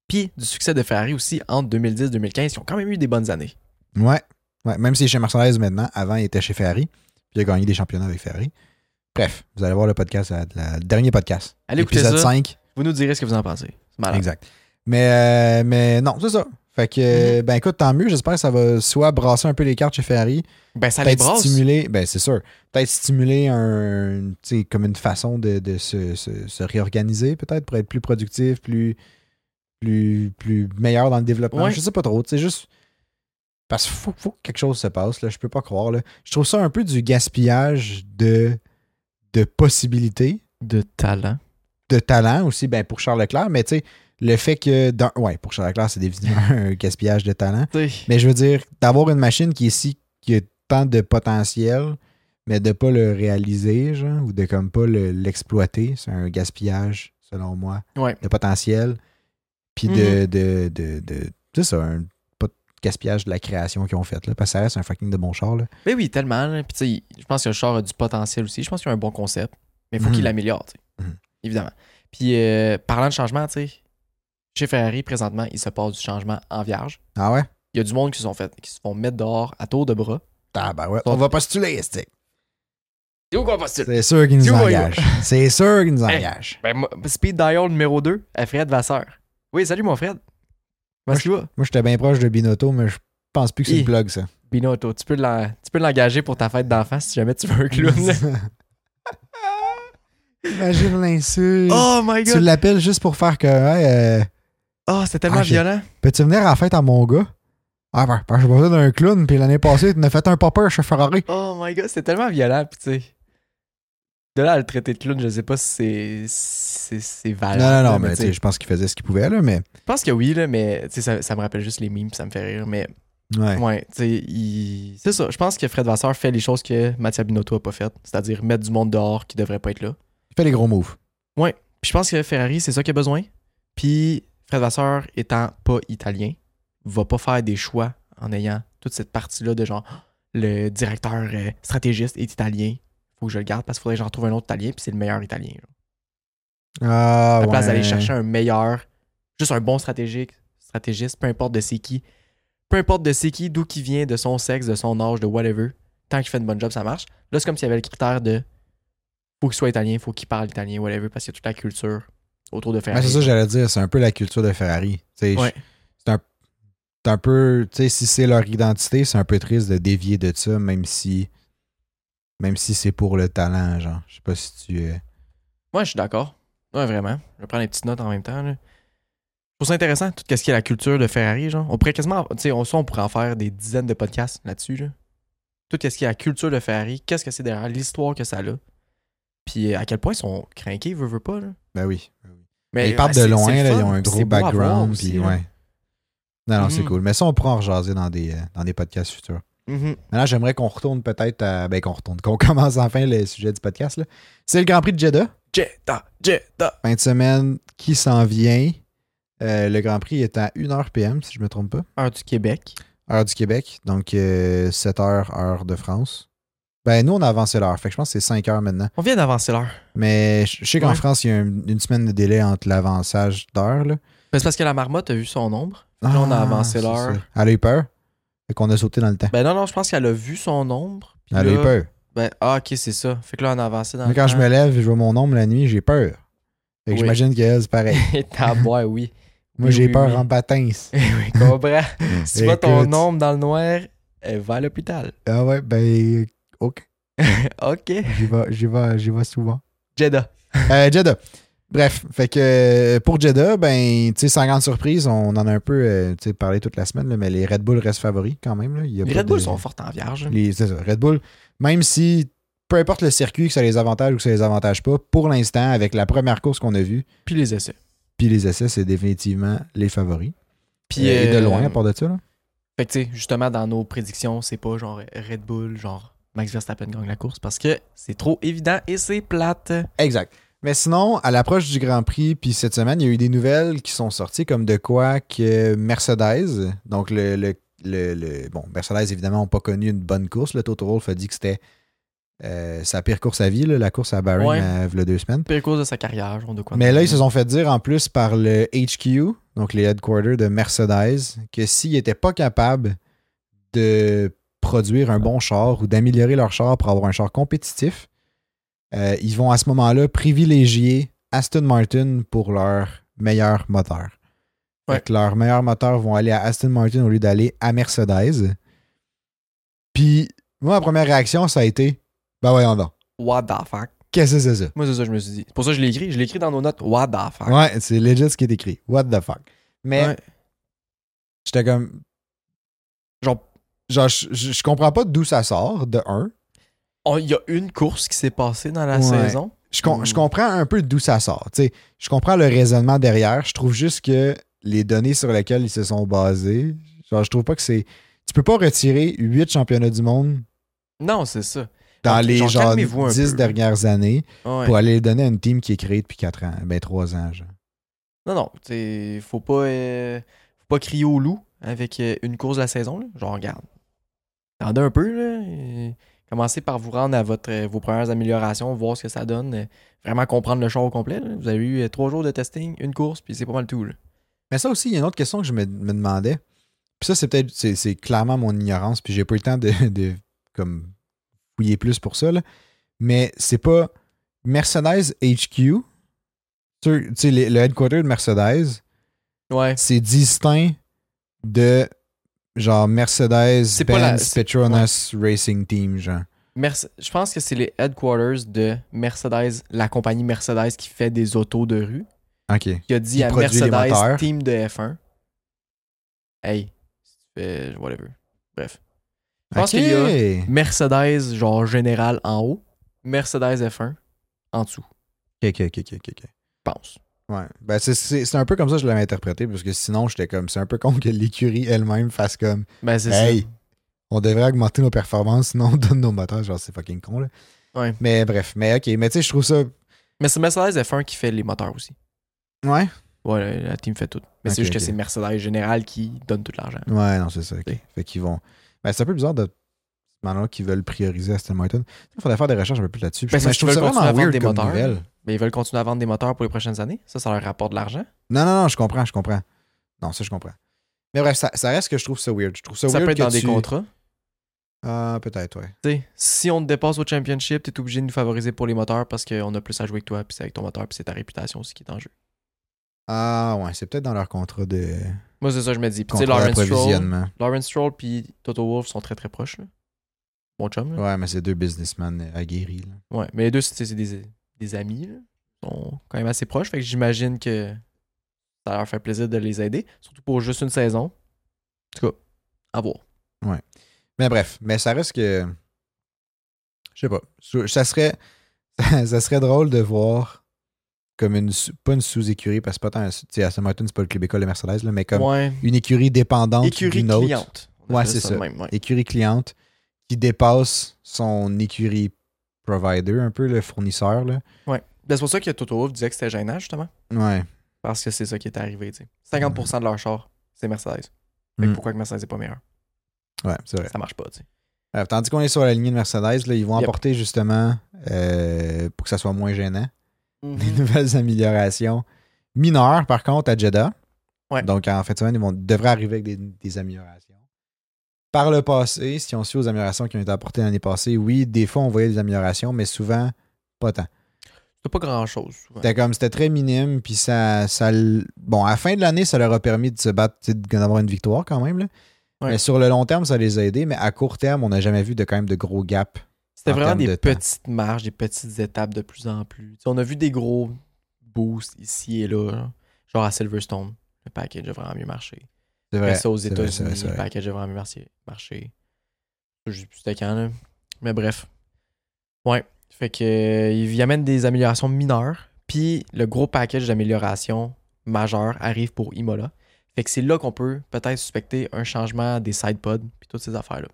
puis du succès de Ferrari aussi entre 2010-2015. Ils ont quand même eu des bonnes années. Ouais. ouais. Même s'il est chez Mercedes maintenant, avant il était chez Ferrari, puis il a gagné des championnats avec Ferrari. Bref, vous allez voir le podcast, à- la- le dernier podcast. Allez écouter épisode ça. 5. Vous nous direz ce que vous en pensez. C'est malade. Exact. Mais, euh, mais non, c'est ça. Fait que, Mhm. euh, ben écoute, tant mieux. J'espère que ça va soit brasser un peu les cartes chez Ferrari, Ben, ça les peut-être brasse. stimuler, ben c'est sûr, peut-être stimuler un, tu sais, comme une façon de, de se, se- se réorganiser peut-être pour être plus productif, plus, plus, plus meilleur dans le développement. Ouais. Je sais pas trop, c'est juste parce qu'il faut, faut que quelque chose se passe là. Je peux pas croire là. Je trouve ça un peu du gaspillage de de possibilités, De talent. de talent aussi. Ben pour Charles Leclerc, mais tu sais le fait que d'un, ouais pour Charles Leclerc c'est évidemment un gaspillage de talent. Mais je veux dire, d'avoir une machine qui est si qui a tant de potentiel, mais de pas le réaliser, genre, ou de comme pas le- l'exploiter, c'est un gaspillage, selon moi, Ouais. Mm-hmm. de potentiel. Puis de, de, de, de- C'est ça, un pas de gaspillage de la création qu'ils ont faite, là, parce que ça reste un fucking de bon char, là. Mais oui, tellement. là. Puis tu sais, je pense que le char a du potentiel aussi. Je pense qu'il y a un bon concept. Mais faut il faut Mhm. qu'il l'améliore, tu sais. Mhm. Évidemment. Puis euh, parlant de changement, tu sais, chez Ferrari, présentement, il se passe du changement en vierge. Ah ouais? il y a du monde qui se sont fait, qui se font mettre dehors à tour de bras. Ah, ben ouais. On va postuler, stick. C'est où qu'on postule? C'est sûr qu'ils nous Tu vois, engagent. C'est sûr qu'ils nous Hey, engagent. Ben, moi, Speed Dial numéro 2 à Fred Vasseur. Oui, salut mon Fred. Comment tu vas? Moi, j'étais bien proche de Binotto, mais je pense plus que c'est Hi. une plug, ça. Binotto, tu peux l'en- tu peux l'engager pour ta fête d'enfant si jamais tu veux un clown. Imagine l'insulte. oh my tu god! l'appelles juste pour faire que. Hey, euh, Oh, c'est tellement Ah, j'ai- violent. Peux-tu venir à la fête à mon gars? Ah, ben, ben, j'ai besoin d'un clown, puis l'année passée, tu m'as fait un popper chez Ferrari. Oh my god, c'est tellement violent, pis tu sais. De là à le traiter de clown, je sais pas si c'est- c'est c'est valable. non, non, là, non, mais tu sais, je je pense qu'il faisait ce qu'il pouvait, là, mais. pense que oui, là, mais tu sais, ça, ça me rappelle juste les mimes, pis ça me fait rire. Mais Ouais. ouais, tu sais, il- c'est ça. Je pense que Fred Vasseur fait les choses que Mathieu Binotto a pas faites, c'est-à-dire mettre du monde dehors qui devrait pas être là. Il fait les gros moves. Puis je pense que Ferrari, c'est ça qu'il a besoin. Puis Fred Vasseur, étant pas italien, va pas faire des choix en ayant toute cette partie-là de genre le directeur euh, stratégiste est italien. Faut que je le garde parce qu'il faudrait que j'en trouve un autre italien, puis c'est le meilleur italien. là. Ah, À la place ouais. d'aller chercher un meilleur, juste un bon stratégique, stratégiste, peu importe de c'est qui. Peu importe de c'est qui, d'où qui vient, de son sexe, de son âge, de whatever. Tant qu'il fait une bonne job, ça marche. Là, c'est comme s'il y avait le critère de faut qu'il soit italien, faut qu'il parle italien, whatever, parce qu'il y a toute la culture autour de Ouais, Ferrari. Ben, c'est ça, que j'allais dire. C'est un peu la culture de Ferrari. Tu sais, Ouais. C'est un, c'est un peu. Tu sais, si c'est leur identité, c'est un peu triste de dévier de ça, même si. Même si c'est pour le talent, genre. Je sais pas si tu. euh, Moi, je suis d'accord. Ouais, vraiment. Je prends les petites notes en même temps. là. Je trouve ça intéressant, tout ce qui est la culture de Ferrari. Genre. On pourrait quasiment. Tu sais, on, ça, on pourrait en faire des dizaines de podcasts là-dessus. Là. Tout ce qui est la culture de Ferrari, qu'est-ce que c'est derrière, l'histoire que ça a. Puis euh, à quel point ils sont craqués, veut, veut pas. Là. Ben oui. Mais, ils partent de ouais, c'est- loin, c'est le là, fun, ils ont un puis gros c'est beau à voir background. aussi, puis là. ouais. Non, non, c'est Mhm. cool. Mais ça, on pourra en rejaser dans des, euh, dans des podcasts futurs. Mhm. Maintenant, j'aimerais qu'on retourne peut-être à. Ben, qu'on retourne, qu'on commence enfin le sujet du podcast. là. C'est le Grand Prix de Jeddah. Jetta, Jetta. Fin de semaine qui s'en vient. Euh, le Grand Prix est à 1h PM, si je me trompe pas. Heure du Québec. Heure du Québec, donc 7h, heure de France. Ben, nous, on a avancé l'heure, fait que je pense que c'est 5h maintenant. On vient d'avancer l'heure. Mais je je sais qu'en Ouais. France, il y a un- une semaine de délai entre l'avançage d'heure. là. Ben, C'est parce que la marmotte a vu son ombre. Puis là, on a Ah, avancé c'est l'heure. ça. Elle a eu peur. Fait qu'on a sauté dans le temps. Ben non, non, je pense qu'elle a vu son ombre. puis Elle a là, eu peur. Ben, ah, ok, c'est ça. Fait que là, on a avancé dans Moi, le quand je temps. me lève et je vois mon ombre la nuit, j'ai peur. Fait que Oui. j'imagine que c'est pareil. Et tabois, oui. Moi, Oui, j'ai oui, peur oui. en patins. Eh oui, comprends. si tu vois ton Écoute. ombre dans le noir, elle va à l'hôpital. Ah ouais, ben, ok. OK. J'y vais, j'y vais, j'y vais souvent. Jeddah. Euh, Jeddah. Bref, fait que euh, pour Jeddah, ben, tu sais, sans grande surprise, on en a un peu euh, tu sais, parlé toute la semaine, là, mais les Red Bull restent favoris quand même. là. Il y a Les pas Red Bull de- sont fortes en vierge. Mm. les- c'est ça, Red Bull, même si peu importe le circuit, que ça les avantage ou que ça les avantage pas, pour l'instant, avec la première course qu'on a vue, Puis les essais. puis les essais, c'est définitivement les favoris. Puis, Euh, et de euh, loin, à part de ça, là. Fait que, tu sais, justement, dans nos prédictions, c'est pas genre Red Bull, genre Max Verstappen gagne la course parce que c'est trop évident et c'est plate. Exact. Mais sinon, à l'approche du Grand Prix, puis cette semaine, il y a eu des nouvelles qui sont sorties comme de quoi que Mercedes, donc le, le, le- le- bon, Mercedes évidemment n'a pas connu une bonne course. Le Toto Wolff a dit que c'était euh, sa pire course à vie, là, la course à Bahreïn euh, Ouais. à v'là deux semaines. Pire cause de sa carrière, genre de quoi. Mais là, ils se sont fait dire en plus par le HQ, donc les headquarters de Mercedes, que s'ils n'étaient pas capables de produire un bon char ou d'améliorer leur char pour avoir un char compétitif, euh, ils vont à ce moment-là privilégier Aston Martin pour leur meilleur moteur. Fait Ouais. que leurs meilleurs moteurs vont aller à Aston Martin au lieu d'aller à Mercedes. Puis, moi, ma première réaction, ça a été Ben voyons donc, What the fuck? qu'est-ce que c'est ça? Moi, c'est ça que je me suis dit. C'est pour ça que je l'ai écrit. Je l'ai écrit dans nos notes. What the fuck? Ouais, c'est legit ce qui est écrit. What the fuck. Mais Ouais. j'étais comme. Genre, Genre, je, je- je comprends pas d'où ça sort, de un. on- il y a une course qui s'est passée dans la Ouais. saison. Je, com- Mm. je comprends un peu d'où ça sort. tu sais. je comprends le raisonnement derrière. Je trouve juste que les données sur lesquelles ils se sont basés, genre, je trouve pas que c'est. Tu peux pas retirer huit championnats du monde Non, c'est ça. dans Ok, les genre, genre, calmez-vous un 10 peu. dernières années Ouais. pour aller les donner à une team qui est créée depuis 4 ans, ben 3 ans. Genre. Non, non, t'sais, faut pas, euh, faut pas crier au loup avec euh, une course de la saison. Là. Genre, regarde. Attendez un peu, là. et Commencez par vous rendre à votre, euh, vos premières améliorations, voir ce que ça donne. euh, Vraiment comprendre le show au complet. là. Vous avez eu euh, trois jours de testing, une course, puis c'est pas mal tout. Là. Mais ça aussi, il y a une autre question que je me, me demandais. Puis ça, c'est peut-être, c'est, c'est clairement mon ignorance, puis j'ai pas eu le temps de, de comme, fouiller plus pour ça, là. Mais c'est pas Mercedes HQ. Tu sais, le, le headquarter de Mercedes, Ouais. c'est distinct de genre Mercedes C'est pas la- Benz c'est- Petronas Racing Team, genre. Merce- je pense que c'est les headquarters de Mercedes, la compagnie Mercedes qui fait des autos de rue, OK. qui a dit Qui à produit les moteurs. Mercedes Team de F1 Hey, si tu fais whatever. Bref. Je pense OK. qu'il y a Mercedes, genre général en haut, Mercedes F1 en dessous, OK, OK, OK, OK, OK. je pense. Ouais. Ben, c'est- c'est c'est un peu comme ça que je l'avais interprété, parce que sinon, j'étais comme, c'est un peu con que l'écurie elle-même fasse comme, Ben, c'est Hey, ça. on devrait augmenter nos performances, sinon on donne nos moteurs, genre, c'est fucking con, là. Ouais. Mais bref, mais OK, mais tu sais, je trouve ça... Mais c'est Mercedes F1 qui fait les moteurs aussi. Ouais? Ouais, la, la team fait tout. Mais Ok, c'est juste ok. que c'est Mercedes général qui donne tout l'argent. Ouais, non, c'est ça, OK. Oui. Fait qu'ils vont... Ben, c'est un peu bizarre de... Maintenant qu'ils veulent prioriser Aston Martin. Il faudrait faire des recherches un peu plus là-dessus. Ben, Puis, c'est mais parce qu'ils veulent continuer à vendre des comme moteurs. nouvelle. Mais ils veulent continuer à vendre des moteurs pour les prochaines années. Ça, ça leur rapporte de l'argent. Non, non, non, je comprends, je comprends. Non, ça, je comprends. Mais bref, ça, ça reste que je trouve ça weird. Je trouve ça, Ça weird peut être que dans des tu- contrats. Ah, peut-être, ouais. Tu sais, si on te dépasse au championship, t'es obligé de nous favoriser pour les moteurs parce qu'on a plus à jouer que toi, puis c'est avec ton moteur, puis c'est ta réputation aussi qui est en jeu. Ah, ouais, c'est peut-être dans leur contrat de... Moi, c'est ça que je me dis. Puis tu sais, Contrat Lawrence Stroll, d'approvisionnement. Lawrence Stroll puis Toto Wolff sont très très proches. là. Bon chum. là. Ouais, mais c'est deux businessmen aguerris, là. Ouais. Mais les deux, c'est c'est des, des amis. là. Ils sont quand même assez proches. Fait que j'imagine que ça leur fait plaisir de les aider. Surtout pour juste une saison. En tout cas, à voir. Mais bref, mais ça reste que. Je sais pas. Je- Ça serait. Ça serait drôle de voir comme une. sous- Pas une sous-écurie, parce que c'est pas tant. Tu sais, Aston Martin, c'est pas le club école de Mercedes, là, mais comme ouais. une écurie dépendante Écurie d'une autre. cliente. On Ouais, appelle c'est ça. de même, ouais. Écurie cliente qui dépasse son écurie provider, un peu le fournisseur, là. Ben, c'est pour ça que Toto Wolff disait que c'était gênant, justement. Ouais. Parce que c'est ça qui est arrivé, tu sais. 50% de leur char, c'est Mercedes. Fait que Mm. pourquoi que Mercedes n'est pas meilleur? Ouais, c'est vrai. Ça marche pas, tu sais. Euh, tandis qu'on est sur la lignée de Mercedes, là, ils vont Yep. apporter justement, euh, pour que ça soit moins gênant, des Mhm. nouvelles améliorations mineures, par contre, à Jeddah. Ouais. Donc, en fin de semaine, ils vont, devraient arriver avec des, des améliorations. Par le passé, si on suit aux améliorations qui ont été apportées l'année passée, oui, des fois, on voyait des améliorations, mais souvent, pas tant. C'est pas grand chose, souvent. C'était comme, c'était très minime, puis ça, ça... l- Bon, à la fin de l'année, ça leur a permis de se battre, tu sais, de- d'avoir une victoire quand même, là. Ouais. Mais sur le long terme, ça les a aidés, mais à court terme, on n'a jamais vu de quand même de gros gaps. C'était en vraiment termes des de temps. petites marges, des petites étapes de plus en plus. Tu sais, on a vu des gros boosts ici et là, là. genre à Silverstone. Le package a vraiment mieux marché. C'est Après vrai. ça, aux c'est vrai, c'est vrai, États-Unis, ben, c'est le vrai. package a vraiment mieux marché. marché. Ça, Je sais plus c'était quand, là. Mais bref. Ouais. Fait que euh, ils amènent des améliorations mineures. Puis le gros package d'améliorations majeures arrive pour Imola. Fait que c'est là qu'on peut peut-être suspecter un changement des sidepods puis toutes ces affaires-là.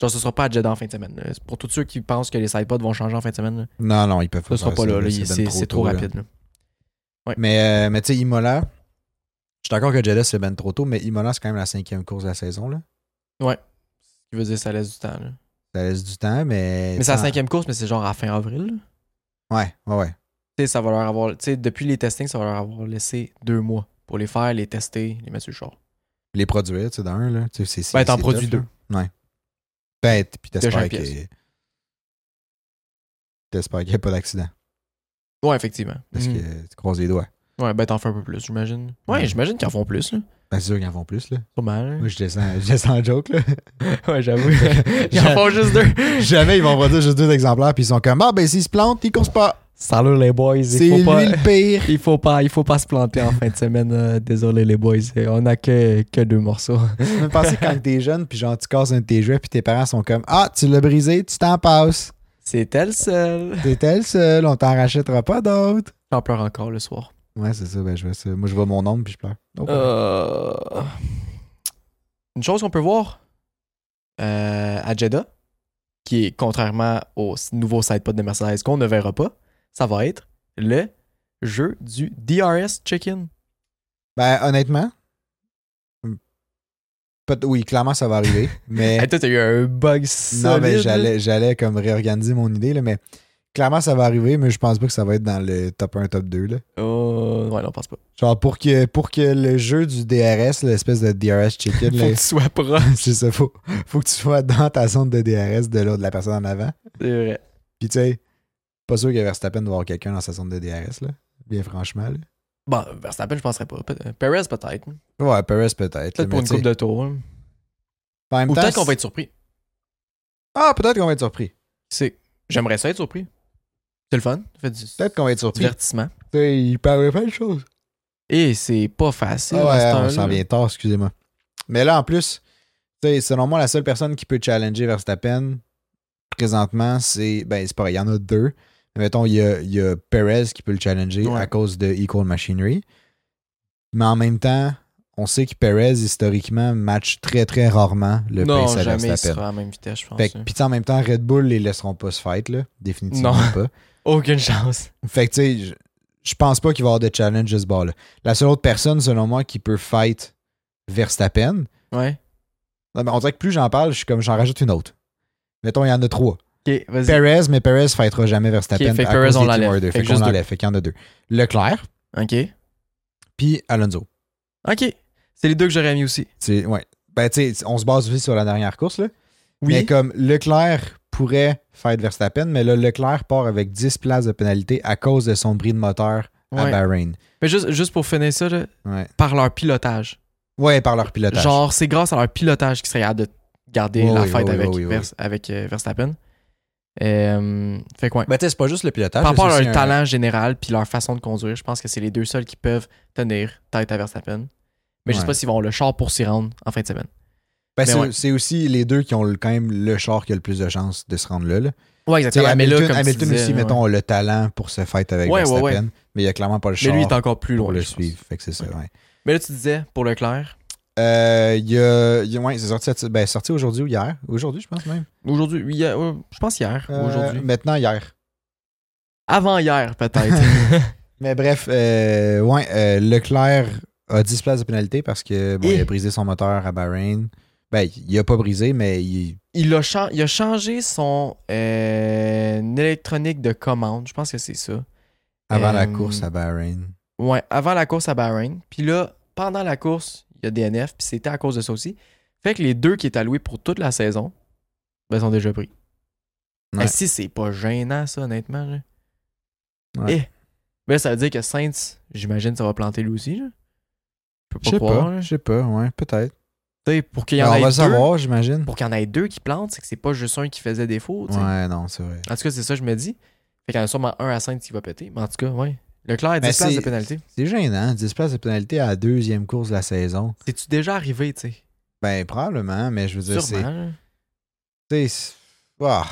Genre, ce sera pas à Jeddah en fin de semaine. là. C'est Pour tous ceux qui pensent que les sidepods vont changer en fin de semaine, là, Non, non, ils peuvent pas ce sera faire pas ça, là. là. ça Il- donne C'est c'est trop tôt, là. rapide. là. Mais, euh, mais tu sais, Imola, je suis d'accord que Jeddah, c'est ben trop tôt, mais Imola, c'est quand même la cinquième course de la saison. Là. Ce qui veut dire que ça laisse du temps. là. Ça laisse du temps, mais. Mais c'est la Sans- cinquième course, mais c'est genre à fin avril. là. Ouais, ouais, ouais. Tu sais, ça va leur avoir. Tu sais, depuis les testings, ça va leur avoir laissé deux mois pour les faire, les tester, les mettre sur le char. Les produire, tu sais, d'un, là. tu sais, c'est- c'est- Ben, t'en c'est produis tough, là. Ouais. Ben, t- puis t'espères chaque que. pièce. T'espères qu'il n'y a pas d'accident. Ouais, effectivement. Parce Mm. que tu croises les doigts. Ouais, ben t'en fais un peu plus, j'imagine. Ouais, Ouais. j'imagine qu'ils en font plus, là. Ben, c'est sûr qu'ils en font plus, là. Pas mal. Moi, je descends, je descends le joke, là. ouais, j'avoue. Ils en font juste deux. Jamais ils vont produire juste deux exemplaires, puis ils sont comme, ah, ben, s'ils se plantent, ils courent pas. Salut les boys. C'est lui le pire. Il faut pas, il faut pas se planter en fin de semaine. euh, désolé les boys, euh, on a que, que deux morceaux. Tu me pensais quand t'es jeune, puis genre, tu casses un de tes jouets, puis tes parents sont comme, ah, tu l'as brisé, tu t'en passes. C'était le seul. T'étais le seul, on t'en rachètera pas d'autres. J'en pleure encore le soir. Ouais, c'est ça, ben je vois ça. Moi, je vois mon nombre puis je pleure. Oh, Euh, Une chose qu'on peut voir euh, à Jeddah, qui est contrairement au s- nouveau sidepod de Mercedes qu'on ne verra pas, ça va être le jeu du DRS check-in. Ben, honnêtement, hum, peut- oui, clairement, ça va arriver. mais Hey, toi, t'as eu un bug Eh. non, ben, solide. hein? mais là. j'allais, j'allais comme réorganiser mon idée, là, mais clairement, ça va arriver, mais je pense pas que ça va être dans le top 1, top 2. Là. Oh, ouais, non, pense pas. Genre, pour que, pour que le jeu du DRS, l'espèce de DRS chicken, Faut là, que tu sois proche. c'est ça, faut, faut que tu sois dans ta zone de DRS de l'autre, de la personne en avant. C'est vrai. Puis, tu sais, pas sûr que Verstappen va avoir quelqu'un dans sa zone de DRS, là. Bien franchement, là. Bon, Verstappen, je penserais pas. Pe- Perez, peut-être. Ouais, Perez peut-être. là, Peut-être pour mais une tu sais, coupe de tours. hein. en même Ou temps, peut-être qu'on c'est- va être surpris. Ah, peut-être qu'on va être surpris. C'est... J'aimerais ça être surpris. C'est le fun. Ça fait du Peut-être qu'on va être surpris. divertissement. Tu sais, Il paraît pas de choses. Et c'est pas facile. Ah à ce ouais, on temps-là. s'en vient tard, excusez-moi. Mais là, en plus, tu sais, selon moi, la seule personne qui peut challenger Verstappen présentement, c'est. Ben, c'est pareil, il y en a deux. Mais mettons, il y a, il y a Perez qui peut le challenger Ouais. à cause de Equal Machinery. Mais en même temps, on sait que Perez, historiquement, match très, très rarement le non, pace à jamais il Verstappen. sera à la même vitesse, je pense. Fait que, pis tu sais, en même temps, Red Bull les laisseront pas se fight, là. Définitivement Non. pas. Aucune chance. Fait que, tu sais, je- je pense pas qu'il va y avoir de challenge à ce bord-là. La seule autre personne, selon moi, qui peut fight Verstappen, Ouais. non, mais on dirait que plus j'en parle, je suis comme j'en rajoute une autre. Mettons, il y en a trois. Ok, vas-y. Perez, mais Perez fightera jamais Verstappen. Ok, fait que à Perez, cause on des Team l'enlève. Order. Fait Fait que qu'on juste deux. l'enlève. Fait qu'il y en a deux. Leclerc, Ok. puis Alonso. Ok. C'est les deux que j'aurais mis aussi. C'est- ouais. Ben, tu sais, on se base aussi sur la dernière course, là. Oui. Mais comme Leclerc pourrait fight Verstappen, mais là, Leclerc part avec 10 places de pénalité à cause de son bris de moteur à Ouais. Bahreïn. Mais juste, juste pour finir ça, là, Ouais. par leur pilotage. Ouais, par leur pilotage. Genre, c'est grâce à leur pilotage qu'ils seraient capables de garder Oui, la oui, fête oui, avec, oui, oui, Vers- avec euh, Verstappen. Euh, fait quoi? Ben, tu sais, c'est pas juste le pilotage. Par rapport c'est à aussi leur un- talent général puis leur façon de conduire, je pense que c'est les deux seuls qui peuvent tenir tête à Verstappen. Mais je sais Ouais. pas s'ils vont avoir le char pour s'y rendre en fin de semaine. Ben, c'est Mais ouais. c'est aussi les deux qui ont le- quand même le char qui a le plus de chances de se rendre là. là. Ouais, Tu sais, exactement. mais Hamilton, là, comme tu Hamilton disais, aussi, ouais. mettons, a le talent pour se fight avec Ouais, ouais, Verstappen, ouais. mais il a clairement pas le Mais char lui, il est encore plus pour loin. le je pense. suivre. Fait que c'est ça, Ouais. ouais. Mais là, tu disais, pour Leclerc, Euh, il y a, il y a- ouais, c'est sorti, cette- ben, sorti aujourd'hui ou hier. Aujourd'hui, je pense même. aujourd'hui, oui, hier, ouais, je pense hier, Euh, aujourd'hui. Maintenant, hier. Avant hier, peut-être. Mais bref, euh, ouais, euh, Leclerc a 10 places de pénalité parce que bon, Et- il a brisé son moteur à Bahreïn. Ben, il a pas brisé, mais il. il, a chan- il a changé son euh, électronique de commande. Je pense que c'est ça. Avant la Euh, course à Bahreïn. Ouais, avant la course à Bahreïn. Puis là, pendant la course, il y a DNF, puis c'était à cause de ça aussi. Fait que les deux qui est alloués pour toute la saison, ben, sont déjà pris. Ouais. Eh, si c'est pas gênant, ça, honnêtement. Là. Ouais. Eh. Ben, ça veut dire que Saints, j'imagine, ça va planter lui aussi. Là. Je peux Je pas sais croire. pas, là. je sais pas, ouais, peut-être. Tu sais, Pour qu'il hein? y Ben, en On ait va deux. le savoir, j'imagine. Pour qu'il y en ait deux qui plantent, c'est que c'est pas juste un qui faisait défaut. tu sais. Ouais, non, c'est vrai. En tout cas, c'est ça que je me dis. Fait qu'il y en a sûrement un à Saints qui va péter. Mais en tout cas, ouais. Leclerc a Ben, 10 places de c'est- pénalité. C'est gênant, 10 places de pénalité à la deuxième course de la saison. C'est-tu déjà arrivé, tu sais? Ben, probablement, mais je veux dire, c'est. Sûrement. là. Tu sais, c'est- ouah.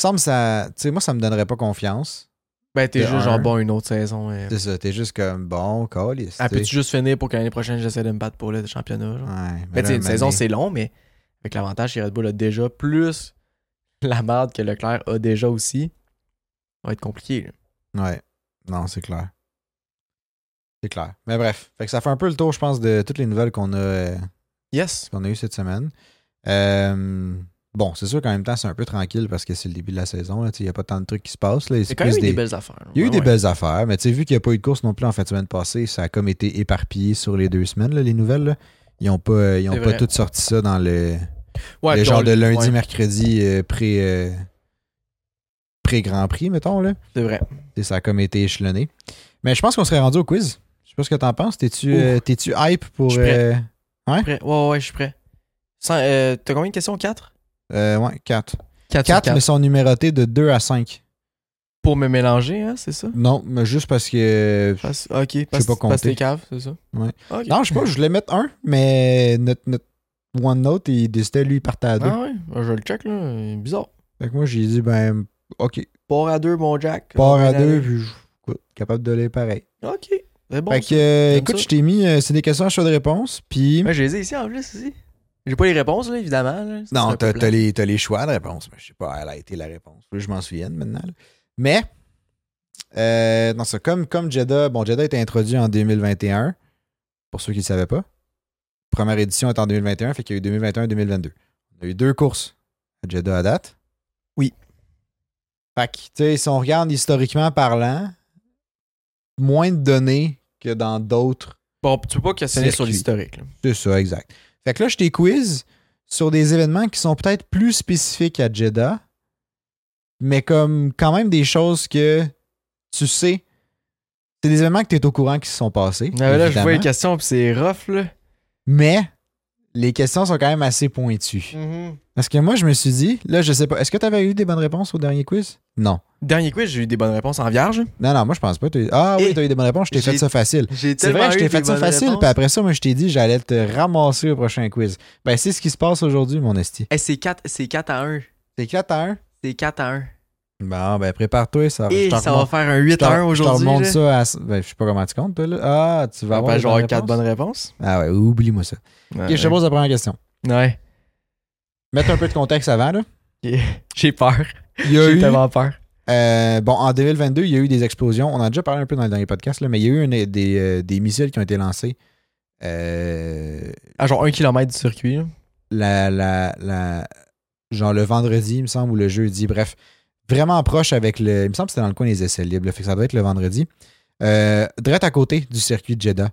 semble ça. Tu sais, moi, ça me donnerait pas confiance. Ben, t'es De juste un. genre bon une autre saison. Euh. C'est ça, t'es juste comme bon, calice. Ah, tu sais. peux-tu juste finir pour que l'année prochaine j'essaie de me battre pour le championnat? genre? Ouais, mais Ah, là, tu sais, une mané- saison c'est long, mais avec l'avantage que Red Bull a déjà plus la merde que Leclerc a déjà aussi, ça va être compliqué. là. Ouais. Non, c'est clair. C'est clair. Mais bref, fait que ça fait un peu le tour, je pense, de toutes les nouvelles qu'on a. euh, Yes. qu'on a eu cette semaine. Euh, bon, c'est sûr qu'en même temps, c'est un peu tranquille parce que c'est le début de la saison. là, tu sais, Il n'y a pas tant de trucs qui se passent. là, et C'est c'est quand même plus eu des... des- belles affaires. Il y a eu Ouais, des ouais. belles affaires, mais tu sais, vu qu'il n'y a pas eu de course non plus en fin de semaine passée, ça a comme été éparpillé sur les deux semaines, là, les nouvelles. là. Ils n'ont pas, euh, ils ont C'est pas vrai. toutes sorti ça dans le, Ouais, le puis on- genre de lundi, ouais, mercredi, euh, pré, euh, pré-Grand Prix, mettons. Là. C'est vrai. Tu sais, Ça a comme été échelonné. Mais je pense qu'on serait rendu au quiz. Je sais pas ce que t'en penses. T'es-tu, Ouh. euh, t'es-tu hype pour. Je suis prêt. euh, Prêt? Ouais, ouais, ouais, je suis prêt. Sans- euh, T'as combien de questions? 4? euh, ouais, 4. 4 4, mais sont numérotés de 2 à 5. Pour me mélanger, hein, c'est ça? Non, mais juste parce que. Parce- Ok, parce pas parce que compter. t'es cave, c'est ça? Ouais. Ok. Non, je sais pas, je voulais mettre un, mais notre, notre OneNote, il décidait, lui, il partait à deux. Ah ouais, ben, je le check, là. Bizarre. Fait que moi, j'ai dit, ben, OK, Port à deux, mon Jack. part à Bonne année. deux, puis je écoute, capable de les pareil. Ok. C'est bon. fait ça. que, euh, J'aime écoute, ça. je t'ai mis, euh, c'est des questions à choix de réponse, puis. Moi, je les ai ici en plus. Ici. J'ai pas les réponses, là, évidemment. là. Ça, c'est non, un peu t'as plat. t'as les, t'as les choix de réponse, mais je sais pas, elle a été la réponse. Faut que Je m'en souviens maintenant. là. Mais, euh, non, ça, comme, comme Jeddah, bon, Jeddah a été introduit en 2021, pour ceux qui ne le savaient pas. Première édition est en 2021, fait qu'il y a eu 2021 2022. On a eu deux courses à Jeddah à date. Oui. Fait que, tu sais, si on regarde historiquement parlant, moins de données que dans d'autres. Bon, tu peux pas questionner sur Circuit. l'historique. là. C'est ça, exact. Fait que là, je t'ai quiz sur des événements qui sont peut-être plus spécifiques à Jeddah, mais comme quand même des choses que tu sais. C'est des événements que tu es au courant qui se sont passés. Ah, mais là, je vois les évidemment. questions, puis c'est rough, là. Mais les questions sont quand même assez pointues. Mm-hmm. Parce que moi, je me suis dit, là, je sais pas, est-ce que tu avais eu des bonnes réponses au dernier quiz? Non. Dernier quiz, j'ai eu des bonnes réponses en vierge. Non, non, moi, je pense pas. T'as eu- Ah oui, Eh, tu as eu des bonnes réponses, je t'ai j'ai fait ça facile. J'ai C'est vrai, je t'ai fait ça facile, puis après ça, moi, je t'ai dit, j'allais te ramasser au prochain quiz. Ben, c'est ce qui se passe aujourd'hui, mon esti. Eh, c'est 4, à 1. C'est 4 à 1. C'est 4 à 1. Bon, ben, prépare-toi, ça, Et te ça va remonte- faire un je 8 te- à 1 Je te aujourd'hui. remonte là. ça à. Ben, je sais pas comment tu comptes, toi, là. Ah, tu vas avoir. Après, des Ben, genre bonnes 4 bonnes réponses? réponses. Ah ouais, oublie-moi ça. Ouais, Ok, je te pose la première question. ouais. Mettre un peu de contexte avant, là. Ok. J'ai peur. Il y a J'ai eu- tellement peur. Euh, bon, en 2022, il y a eu des explosions. On en a déjà parlé un peu dans le dernier podcast, là, mais il y a eu une- des, euh, des missiles qui ont été lancés. Euh, À Ah, genre 1 km du circuit. là. la, la- la- genre le vendredi, il me semble, ou le jeudi. Bref, vraiment proche avec le. Il me semble que c'était dans le coin des essais libres. là, fait que ça doit être le vendredi. Euh, direct à côté du circuit de Jeddah.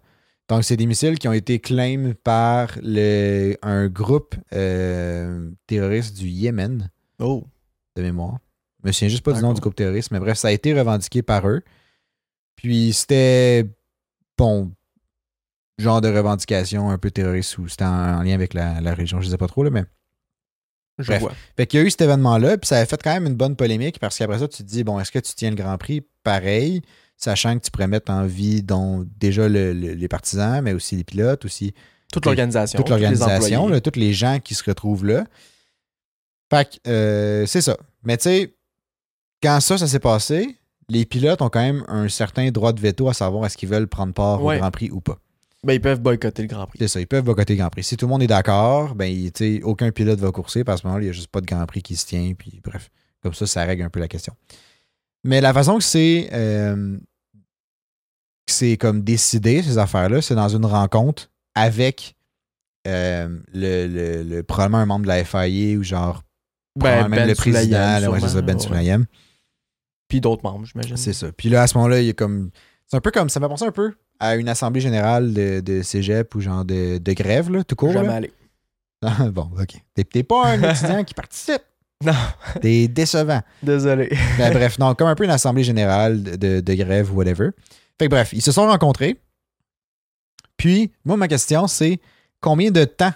Donc, c'est des missiles qui ont été claims par le- un groupe euh, terroriste du Yémen Oh. de mémoire. Je me souviens juste pas du nom D'accord. du groupe terroriste, mais bref, ça a été revendiqué par eux. Puis c'était, bon, genre de revendication un peu terroriste ou c'était en, en lien avec la, la région, je sais pas trop, là, mais. Je Bref. vois. Fait qu'il y a eu cet événement-là, puis ça a fait quand même une bonne polémique parce qu'après ça, tu te dis, bon, est-ce que tu tiens le Grand Prix pareil, sachant que tu pourrais mettre en vie dont déjà le- le- les partisans, mais aussi les pilotes, aussi Toute l'organisation. toute tous les l'organisation, employés. là, tous les gens qui se retrouvent là. Fait que euh, c'est ça. Mais tu sais, quand ça, ça s'est passé, les pilotes ont quand même un certain droit de veto à savoir est-ce qu'ils veulent prendre part Ouais. au Grand Prix ou pas. Ben, ils peuvent boycotter le Grand Prix. C'est ça, ils peuvent boycotter le Grand Prix. Si tout le monde est d'accord, ben il- tu sais, aucun pilote va courser parce qu'à ce moment-là, il n'y a juste pas de Grand Prix qui se tient. Puis bref, comme ça, ça règle un peu la question. Mais la façon que c'est euh, que c'est comme décidé, ces affaires-là, c'est dans une rencontre avec euh, le, le- le- probablement un membre de la FIA ou genre probablement même le président, Sulayem, là, ouais, c'est ça, sûrement, Ben Ben, ouais. Sulayem. Puis d'autres membres, j'imagine. C'est ça. Puis là, à ce moment-là, il y a comme. C'est un peu comme. Ça m'a pensé un peu à une assemblée générale de, de cégep ou genre de, de grève, là, tout court. Jamais là. allé. Ah, bon, OK. T'es, t'es pas un étudiant qui participe. Non. T'es décevant. Désolé. Mais bref, non, comme un peu une assemblée générale de, de- de grève ou whatever. Fait que bref, ils se sont rencontrés. Puis, moi, ma question, c'est combien de temps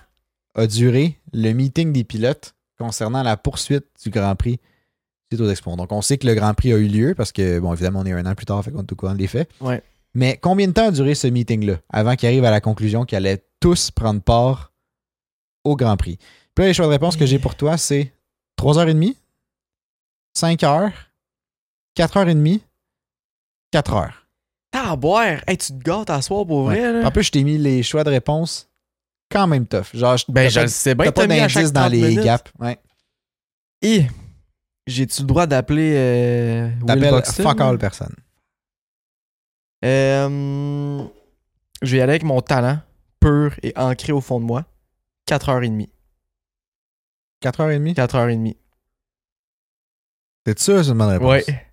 a duré le meeting des pilotes concernant la poursuite du Grand Prix suite aux expos? Donc, on sait que le Grand Prix a eu lieu parce que, bon, évidemment, on est un an plus tard, fait qu'on est au courant des faits. Ouais. Mais combien de temps a duré ce meeting-là avant qu'ils arrivent à la conclusion qu'ils allaient tous prendre part au Grand Prix? Puis là, les choix de réponse que j'ai pour toi, c'est 3h30, 5h, 4h30, 4h. T'as à Ah, boire. Hey, tu te gâtes à soir pour vrai, là. En plus, je t'ai mis les choix de réponse quand même tough. Genre, je- Ben, t'as je pas- le sais bien t'as que pas t'as mis à chaque d'indice dans 30 les minutes. gaps. Ouais. Et j'ai-tu le droit d'appeler euh, Will T'appelles Buxton, fuck là? all Ben. personne. Euh, je vais y aller avec mon talent pur et ancré au fond de moi. 4h30. 4h30? 4h30. T'es-tu sûr que c'est une bonne réponse? Ouais.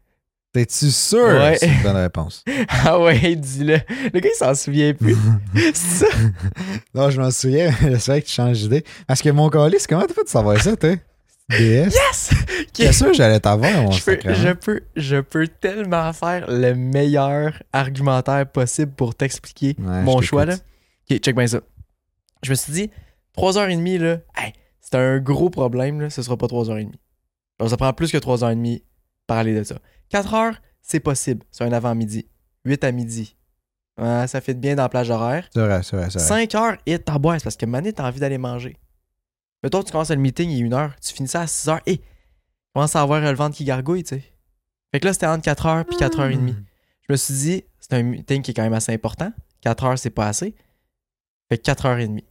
T'es-tu sûr Ouais. que c'est une bonne réponse? Ah ouais, dis-le. Le gars, il s'en souvient plus. C'est ça. non, je m'en souviens, mais c'est vrai que tu changes d'idée. Parce que mon colis, comment t'as fait de savoir ça, toi? DS? Yes! Bien sûr que j'allais t'avoir, mon Je peux, sacrement. je, peux, je peux tellement faire le meilleur argumentaire possible pour t'expliquer Ouais, je mon t'écoute. choix. Là. Ok, check bien ça. Je me suis dit, 3h30, là, hey, c'est un gros problème, là, ce sera pas 3h30. Donc, ça prend plus que 3h30 parler de ça. 4h, c'est possible, c'est un avant-midi. 8 à midi. Ah, ça fait bien dans la plage horaire. C'est vrai, c'est vrai, c'est vrai. 5 heures et ta boîte parce que mané, t'as envie d'aller manger. Mettons, tu commences le meeting, il est 1 heure, tu finis ça à 6 heures et tu commences à avoir le ventre qui gargouille, tu sais. Fait que là, c'était entre 4 heures puis 4 heures et demie. Hmm. Je me suis dit, c'est un meeting qui est quand même assez important. 4 heures, c'est pas assez. Fait que 4 heures et demie.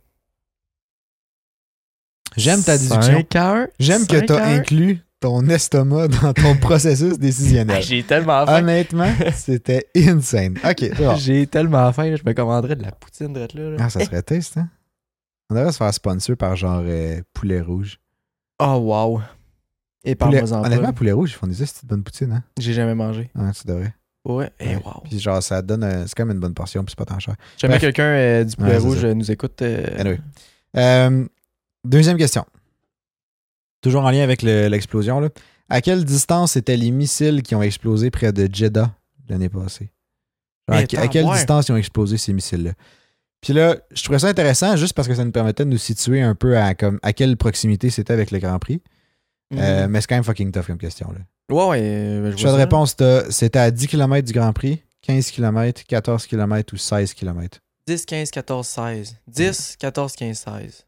J'aime ta déduction. 5 heures. J'aime que cinq t'as heures. inclus ton estomac dans ton processus Ah, décisionnel. J'ai tellement faim. Honnêtement, c'était insane. Ok, c'est bon. J'ai tellement faim, là, je me commanderais de la poutine drette là. là. Ah, ça Eh, serait triste, hein? On devrait se faire sponsor par genre euh, Poulet Rouge. Oh, Ah, wow. Et Poulet- parle-moi en Honnêtement, poulet rouge, ils font des petites bonnes poutines, hein? J'ai jamais mangé. Ouais, c'est vrai. Ouais, et Ouais. wow. Puis genre, ça donne. un- C'est comme une bonne portion, puis c'est pas tant cher. Jamais Bref. quelqu'un euh, du poulet Ouais, c'est rouge ça. Ben, euh, nous écoute. euh, Anyway. Euh, deuxième question. Toujours en lien avec le- l'explosion, là. À quelle distance étaient les missiles qui ont explosé près de Jeddah l'année passée? Genre, Mais à, que- à attends, quelle ouais. distance ils ont explosé ces missiles-là? Puis là, je trouvais ça intéressant juste parce que ça nous permettait de nous situer un peu à, comme, à quelle proximité c'était avec le Grand Prix. mhm. Euh, mais c'est quand même fucking tough comme question. Là. ouais, ouais. euh, je Choix vois de ça. réponse, t'as- c'était à 10 km du Grand Prix, 15 km, 14 km ou 16 km. 10, 15, 14, 16. 10, 14, 15, 16.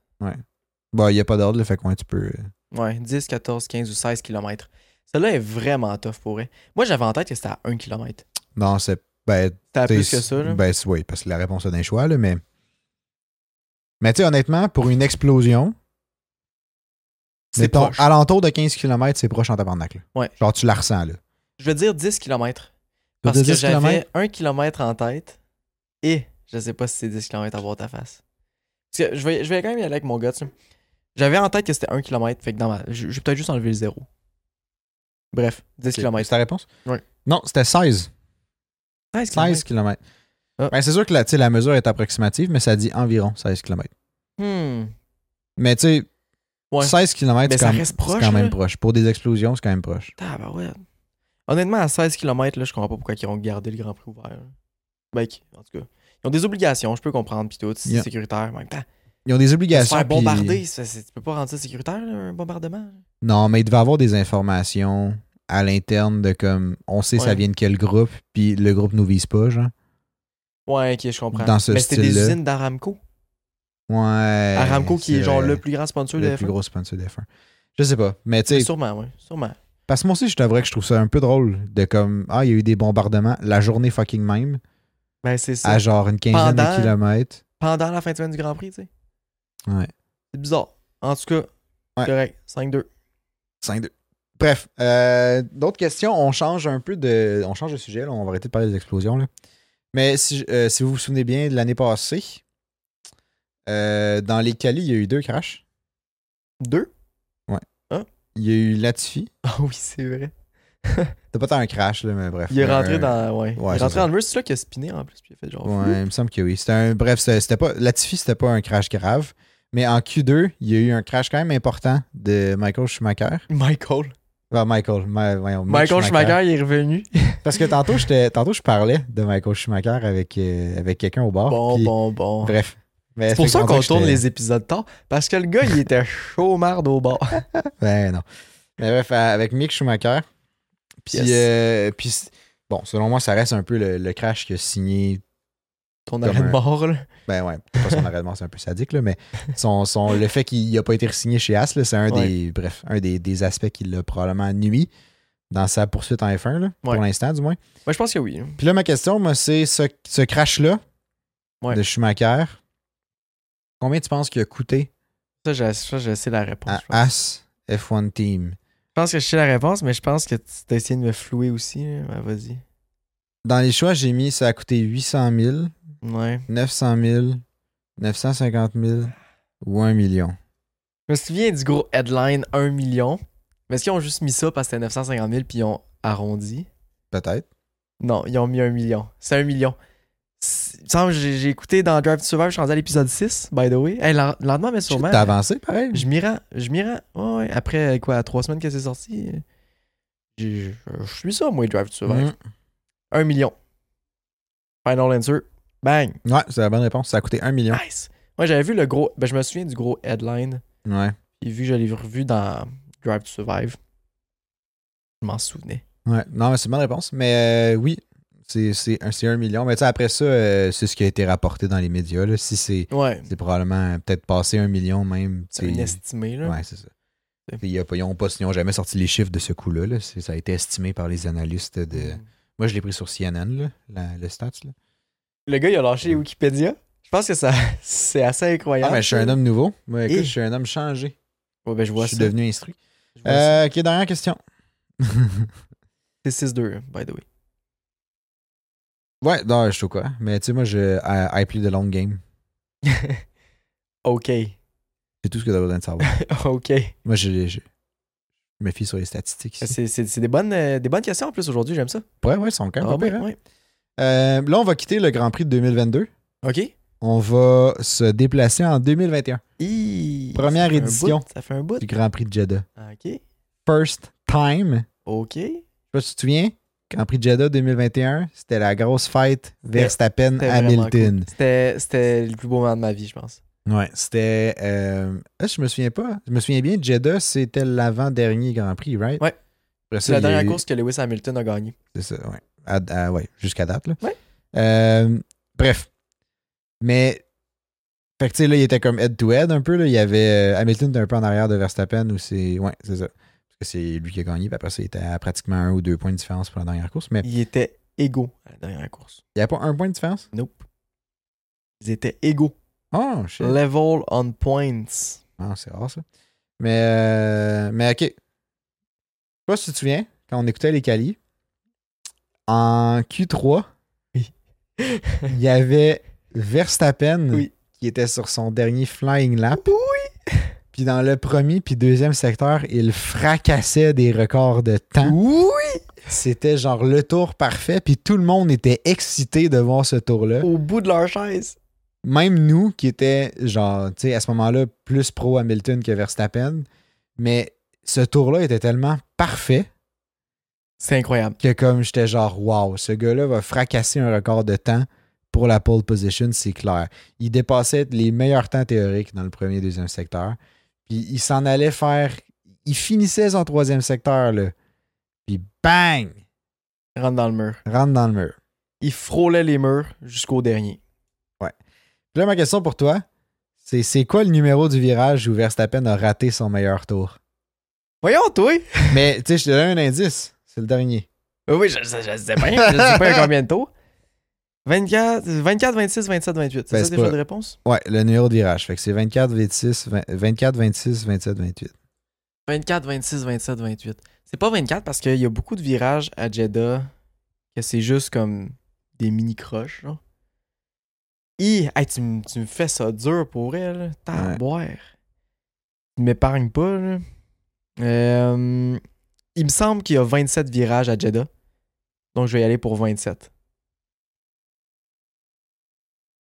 Bah, il n'y a pas d'ordre, le fait que ouais, tu peux. euh, Ouais, 10, 14, 15 ou 16 km. Celle-là est vraiment tough pour elle. Moi, j'avais en tête que c'était à 1 km. Non, c'est. Ben, C'était à plus T'sais, que ça, là. Ben, c'est- oui, parce que la réponse a d'un choix, là, mais. Mais tu sais, honnêtement, pour une explosion, C'est mettons, proche. alentour de 15 km, c'est proche en tabarnak. là. Ouais. Genre, tu la ressens, là. Je veux dire 10 km. T'as Parce dit que 10 km? j'avais 1 km en tête et je sais pas si c'est 10 km à voir ta face. Parce que je vais, je vais quand même y aller avec mon gars. J'avais en tête que c'était 1 km, fait que dans ma. J'ai j'ai peut-être juste enlevé le zéro. Bref, 10 C'est km. ta réponse? Ouais. Non, c'était 16. 16 16 km. Ah. Ben, c'est sûr que la, tu sais, la mesure est approximative, mais ça dit environ 16 km. Hmm. Mais tu sais, Ouais. 16 km, Mais c'est ça quand, même- reste c'est proche, quand là. même proche. Pour des explosions, c'est quand même proche. Tabarouette. Honnêtement, à 16 km, là, je comprends pas pourquoi ils ont gardé le Grand Prix ouvert. là. Ben, qui- en tout cas. Ils ont des obligations, je peux comprendre, pis tout, c'est Yeah. sécuritaire, mais en même temps. Ils ont des Se obligations. faire puis- bombarder, ça, c'est- tu peux pas rendre ça sécuritaire, là, un bombardement. Non, mais il devait avoir des informations à l'interne de comme on sait ça Ouais. vient de quel groupe, puis le groupe nous vise pas, genre. Ouais, ok, je comprends. Dans ce Mais c'était des style-là. usines d'Aramco. Ouais. Aramco qui c'est est genre vrai. le plus grand sponsor de le F1. plus gros sponsor de F1. Je sais pas. Mais tu Mais sais, Sûrement, oui. Sûrement. parce que moi aussi, je t'avouerais que je trouve ça un peu drôle de comme Ah, il y a eu des bombardements la journée fucking même, Ben, c'est ça. à genre une quinzaine Pendant- de kilomètres. Pendant la fin de semaine du Grand Prix, tu sais. Ouais. C'est bizarre. En tout cas, Ouais. correct. 5-2. 5-2. Bref, euh, d'autres questions. On change un peu de. On change de sujet, là. On va arrêter de parler des explosions, là. Mais si, euh, si vous vous souvenez bien de l'année passée, euh, dans les quali, il y a eu deux crashs. 2? Il y a eu Latifi. Ah oui, c'est vrai. T'as pas tant un crash, là, mais bref. euh, Il est Un- rentré dans. Ouais. il Ouais, est c'est rentré ça. dans le mur, c'est là qu'il a spiné en plus, puis il a fait genre. Ouais, il me semble que oui. C'était un. Bref, c'était c'était pas. Latifi, c'était pas un crash grave. Mais en Q2, il y a eu un crash quand même important de Michael Schumacher. Michael. Ah, Michael. Ma- voyons, Mick Michael Schumacher, il est revenu. Parce que tantôt, j'étais- tantôt, je parlais de Michael Schumacher avec, euh, avec quelqu'un au bar. bon, puis- bon, bon. Bref. Mais C'est pour ça qu'on que j'étais- tourne les épisodes tard, parce que le gars, il était chaud marde au bord. Ben non. Mais bref, à- avec Mick Schumacher. Puis, Yes. euh, puis c- bon, selon moi, ça reste un peu le, le crash qui a signé. Ton Comme arrêt de un- mort, là. Ben ouais, peut-être pas son arrêt de mort, c'est un peu sadique, là, mais son, son- le fait qu'il n'a pas été signé chez As, là, c'est un, Ouais. des, bref, un des, des aspects qui l'a probablement nuit dans sa poursuite en F1, là, Ouais. pour l'instant du moins. Ouais, je pense que oui. Puis là, ma question, moi, c'est ce, ce crash-là Ouais. de Schumacher, combien tu penses qu'il a coûté Ça, je, ça, je sais la réponse. à je pense. As F1 Team? Je pense que je sais la réponse, mais je pense que tu t'as essayé de me flouer aussi. là. Ben, vas-y. Dans les choix, j'ai mis ça a coûté 800 000, Ouais. 900 000, 950 000 ou 1 million. Je me souviens du gros headline 1 million. Mais est-ce qu'ils ont juste mis ça parce que c'était 950 000 puis ils ont arrondi? Peut-être. Non, ils ont mis 1 million. C'est 1 million. C'est- Il me semble que j'ai j'ai écouté dans Drive to Survive, je suis rendu à l'épisode 6, by the way. Hey, le lendemain, mais sûrement. T'as avancé pareil. Je m'y rends. Je m'y rends. Ouais, ouais. Après, euh, quoi, trois semaines que c'est sorti, euh, j'ai- je je suis ça, moi, Drive to Survive. Mhm. 1 million. Final answer. Bang. Ouais, c'est la bonne réponse. Ça a coûté 1 million. Nice. Moi, j'avais vu le gros. Ben, je me souviens du gros headline. Ouais. Et vu que je l'ai revu dans Drive to Survive, je m'en souvenais. ouais. Non, mais c'est une bonne réponse. Mais euh, oui, c'est c'est un, c'est un million. Mais tu sais, après ça, euh, c'est ce qui a été rapporté dans les médias. là. Si c'est Ouais. c'est probablement peut-être passé 1 million même. C'est une estimée, là. Ouais, c'est ça. Puis, il y a pas- Ils n'ont jamais sorti les chiffres de ce coup-là. là. C'est- Ça a été estimé par les analystes de. Moi, je l'ai pris sur CNN, là, la- le stats. Là. Le gars, il a lâché Wikipédia. Je pense que ça c'est assez Ah, incroyable. mais je suis un homme nouveau. Moi, écoute, Et- je suis un homme changé. Ouais, ben, je vois je suis ça. devenu instruit. Je vois ça. Euh, ok, dernière question. C'est 6-2, by the way. ouais, non, je suis au courant. Mais tu sais, moi, je I, I play the long game. ok. C'est tout ce que t'as besoin de savoir. Ok. moi, je, je- Je me fie sur les statistiques. ici. C'est c'est- c'est des, bonnes, euh, des bonnes questions en plus aujourd'hui, j'aime ça. Ouais, ouais, ils sont quand même Ah, pas ouais, pires, hein. ouais. Euh, là, on va quitter le Grand Prix de 2022. OK. On va se déplacer en 2021 Hi, Première ça fait un édition. bout, ça fait un bout. du Grand Prix de Jeddah. OK. First time. OK. Je sais pas si tu te souviens, Grand Prix de Jeddah 2021, c'était la grosse fête Verstappen C'était vraiment Hamilton. cool. C'était c'était le plus beau moment de ma vie, je pense. Ouais, c'était. euh, ah, je me souviens pas. Je me souviens bien, Jeddah, c'était l'avant-dernier Grand Prix, right? Ouais. Après ça, C'est la il y a dernière eu- course que Lewis Hamilton a gagnée. C'est ça, ouais. À- à- ouais, jusqu'à date, là. Ouais. Euh, bref. Mais. Fait que, tu sais, là, il était comme head-to-head un peu, là. Il y avait. euh, Hamilton était un peu en arrière de Verstappen, où c'est. Ouais, c'est ça. Parce que c'est lui qui a gagné, puis après ça, il était à pratiquement un ou deux points de différence pour la dernière course. Mais il Ils étaient égaux à la dernière course. n'y a pas un point de différence? Nope. Ils étaient égaux. Oh, shit. Level on points. Ah, c'est rare ça. Mais, euh, mais ok. Je sais pas si tu te souviens, quand on écoutait les qualis, en Q3, Oui. il y avait Verstappen Oui. qui était sur son dernier flying lap. Oui. Puis dans le premier puis deuxième secteur, il fracassait des records de temps. Oui. C'était genre le tour parfait, puis tout le monde était excité de voir ce tour-là Au bout de leur chaise. même nous qui étaient, genre, tu sais, à ce moment-là, plus pro Hamilton que Verstappen, mais ce tour-là était tellement parfait C'est incroyable. que comme j'étais genre, wow, ce gars-là va fracasser un record de temps pour la pole position, c'est clair. Il dépassait les meilleurs temps théoriques dans le premier et deuxième secteur. Puis il s'en allait faire. Il finissait son troisième secteur, là. Puis bang! Rentre dans le mur. Rentre dans le mur. Ils frôlaient les murs jusqu'au dernier. Puis là, ma question pour toi, c'est c'est quoi le numéro du virage où Verstappen a raté son meilleur tour? Voyons, toi. Mais tu sais, je te donne un indice. C'est le dernier. Euh, Oui, oui, je, je, je sais bien. Je sais pas à combien de taux. 24, 24, 26, 27, 28. C'est Ben, ça c'est déjà pas- de réponse? Ouais, le numéro de virage. Fait que c'est 24, 26, 20 24, 26, 27, 28. 24, 26, 27, 28. C'est pas 24 parce qu'il y a beaucoup de virages à Jeddah que c'est juste comme des mini-croches. genre. Hi! Hey, tu, me- tu me fais ça dur pour elle. T'as Ouais. à boire. Tu m'épargnes pas. là. Euh, il me semble qu'il y a 27 virages à Jeddah. Donc je vais y aller pour 27.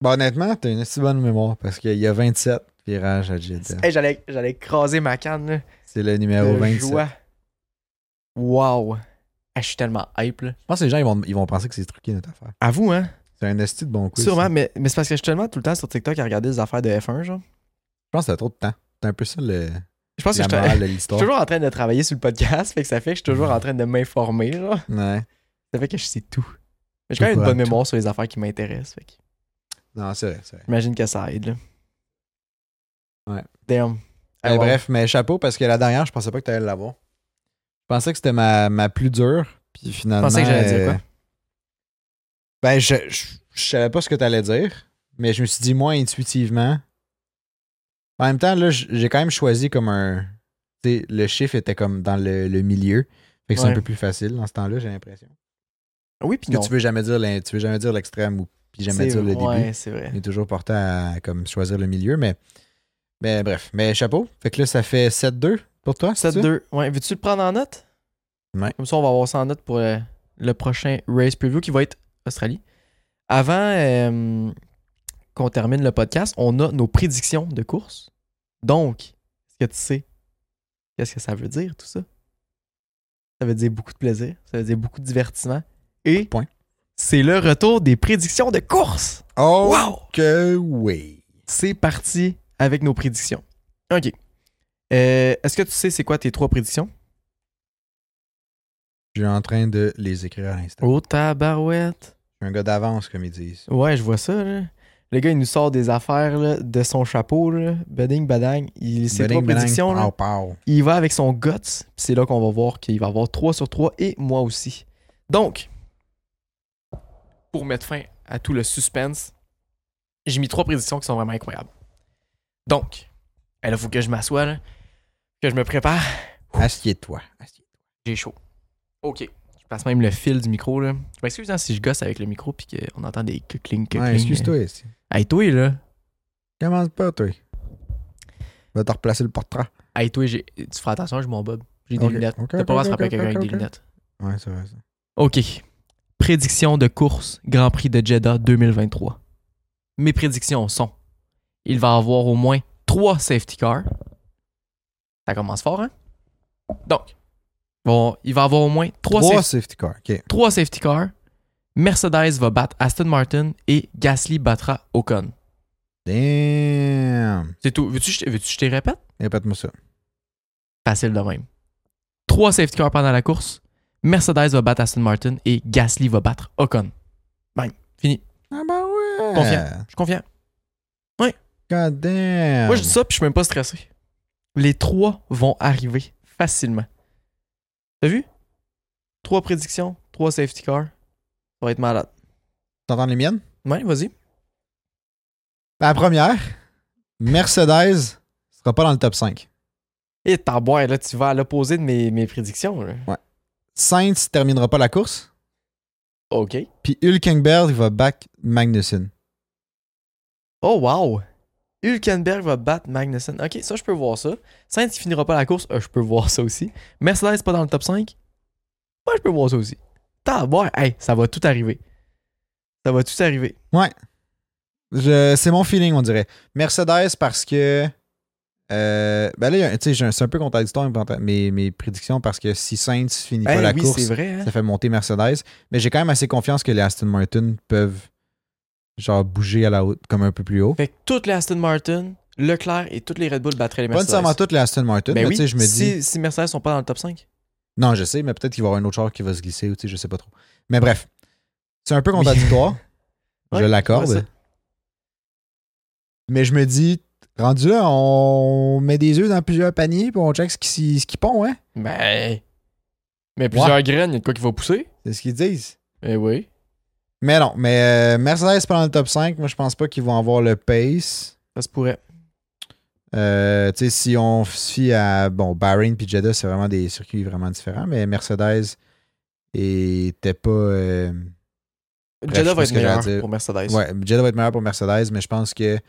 Bon, honnêtement, t'as une si bonne mémoire parce qu'il y a 27 virages à Jeddah. Hey, J'allais j'allais écraser ma canne. Là. C'est le numéro de 27. joie. Wow. Ah, je suis tellement hype. Là. Je pense que les gens, ils vont, ils vont penser que c'est truqué notre affaire. À vous, hein? C'est un esti de bon coup. Sûrement, mais, mais c'est parce que je suis tellement tout le temps sur TikTok à regarder des affaires de F1, genre. Je pense que t'as trop de temps. C'est un peu ça le, Je pense que la je suis- morale de je l'histoire. suis toujours en train de travailler sur le podcast, fait que ça fait que je suis toujours en train de m'informer, genre. Ouais. Ça fait que je sais tout. Mais J'ai quand même une Pourquoi bonne mémoire sur les affaires qui m'intéressent, fait que Non, c'est vrai, c'est vrai. j'imagine que ça aide, là. Ouais. Eh, Damn. Ah, wow. Bref, mais chapeau parce que la dernière, je pensais pas que t'allais l'avoir. Je pensais que c'était ma, ma plus dure. Puis finalement. euh, pensais que j'allais dire quoi? Ben, je, je, je savais pas ce que tu allais dire, mais je me suis dit, moi, intuitivement. En même temps, là, j- j'ai quand même choisi comme un. tu sais, le chiffre était comme dans le, le milieu. Fait que c'est Ouais. un peu plus facile dans ce temps-là, j'ai l'impression. Ah Oui, puis Parce non. que tu veux jamais dire l'in- tu veux jamais dire l'extrême ou puis jamais C'est- dire le début. Ouais, c'est vrai. Il est toujours porté à comme choisir le milieu, mais. Mais bref. Mais chapeau. Fait que là, ça fait 7-2 pour toi. c'est ça? 7-2. Ouais, veux-tu le prendre en note? Ouais. Comme ça, on va avoir ça en note pour euh, le, prochain Race Preview qui va être Australie. Avant euh, qu'on termine le podcast, on a nos prédictions de course. Donc, est-ce que tu sais qu'est-ce que ça veut dire tout ça? Ça veut dire beaucoup de plaisir, ça veut dire beaucoup de divertissement. Et Point. c'est le retour des prédictions de course! Oh, Wow! que oui. C'est parti avec nos prédictions. OK. Euh, est-ce que tu sais c'est quoi tes trois prédictions? Je suis en train de les écrire à l'instant. Oh tabarouette. Je suis un gars d'avance, comme ils disent. Ouais, je vois ça, là. Le gars, il nous sort des affaires là, de son chapeau, là. Bading, badang. Il, ses Bading, trois badang, prédictions, là. pow, pow. Il va avec son guts, puis c'est là qu'on va voir qu'il va avoir 3 sur 3 et moi aussi. Donc, pour mettre fin à tout le suspense, j'ai mis trois prédictions qui sont vraiment incroyables. Donc, il faut que je m'assoie, là, que je me prépare. Assieds-toi. Assieds-toi. J'ai chaud. OK. Je passe même le fil du micro, là. Je m'excuse hein, si je gosse avec le micro puis qu'on entend des clic-clic, clic Ouais, excuse-toi euh, ici. Hey, toi, là. Commence pas, toi. Va te replacer le portrait. Hey, toi, j'ai- tu feras attention, j'ai mon bob. J'ai des Ok, lunettes. ok, ok, T'as pas le droit de ok, se frapper ok, quelqu'un avec ok, des ok. lunettes. Ouais, c'est vrai ça. OK. Prédiction de course Grand Prix de Jeddah 2023. Mes prédictions sont il va avoir au moins 3 safety cars. Ça commence fort, hein? Donc, bon, il va avoir au moins 3, Trois safety safety, cars. OK. 3 safety cars. Mercedes va battre Aston Martin et Gasly battra Ocon. Damn. C'est tout. Veux-tu que je te- veux-tu que je te répète? Répète-moi ça. Facile de même. 3 safety cars pendant la course. Mercedes va battre Aston Martin et Gasly va battre Ocon. Bang. Fini. Ah ben ouais. Confiant. Je suis confiant. God damn. Moi, je dis ça, puis je suis même pas stressé. Les trois vont arriver facilement. T'as vu? Trois prédictions, trois safety cars. Ça va être malade. T'entends les miennes? Ouais, vas-y. Ben, La première, Mercedes sera pas dans le top 5. Et ta boire, là, tu vas à l'opposé de mes, mes prédictions. là. Sainz terminera pas la course. OK. Puis Hülkenberg va back Magnussen. Oh, wow! Hülkenberg va battre Magnussen. OK, ça, je peux voir ça. Sainz, il finira pas la course. Euh, je peux voir ça aussi. Mercedes, pas dans le top 5. Moi, je peux voir ça aussi. T'as boire. Hey, ça va tout arriver. Ça va tout arriver. Je- c'est mon feeling, on dirait. Mercedes parce que. euh, ben là, il y a un- tu sais, j'ai un- c'est un peu contradictoire avec mes, mes prédictions parce que si Sainz finit Eh pas la oui, course, c'est vrai. hein? ça fait monter Mercedes. Mais j'ai quand même assez confiance que les Aston Martin peuvent genre bouger à la haute, comme un peu plus haut. Fait que toutes les Aston Martin, Leclerc et toutes les Red Bull battraient les Pas Mercedes. nécessairement toutes les Aston Martin, Ben mais oui, tu sais, je me dis. si, si Mercedes sont pas dans le top 5. Non, je sais, mais peut-être qu'il va y avoir un autre char qui va se glisser ou tu sais, je sais pas trop. Mais bref, c'est un peu contradictoire. Ouais, je je vois l'accorde. ça. Mais je me dis, rendu là, on met des œufs dans plusieurs paniers puis on check ce qui, s'y- ce qui pond, hein? Mais. Ben, Mais plusieurs graines, il y a de quoi qui va pousser. C'est ce qu'ils disent. Eh oui. Mais non, mais euh, Mercedes pendant le top 5, moi je pense pas qu'ils vont avoir le pace. Ça se pourrait. Euh, tu sais, si on se fie à bon, Bahrain puis Jeddah, c'est vraiment des circuits vraiment différents, mais Mercedes était pas. euh, je Jeddah sais pas va être ce que j'ai à meilleur dire. pour Mercedes. Ouais, Jeddah va être meilleur pour Mercedes, mais je pense que.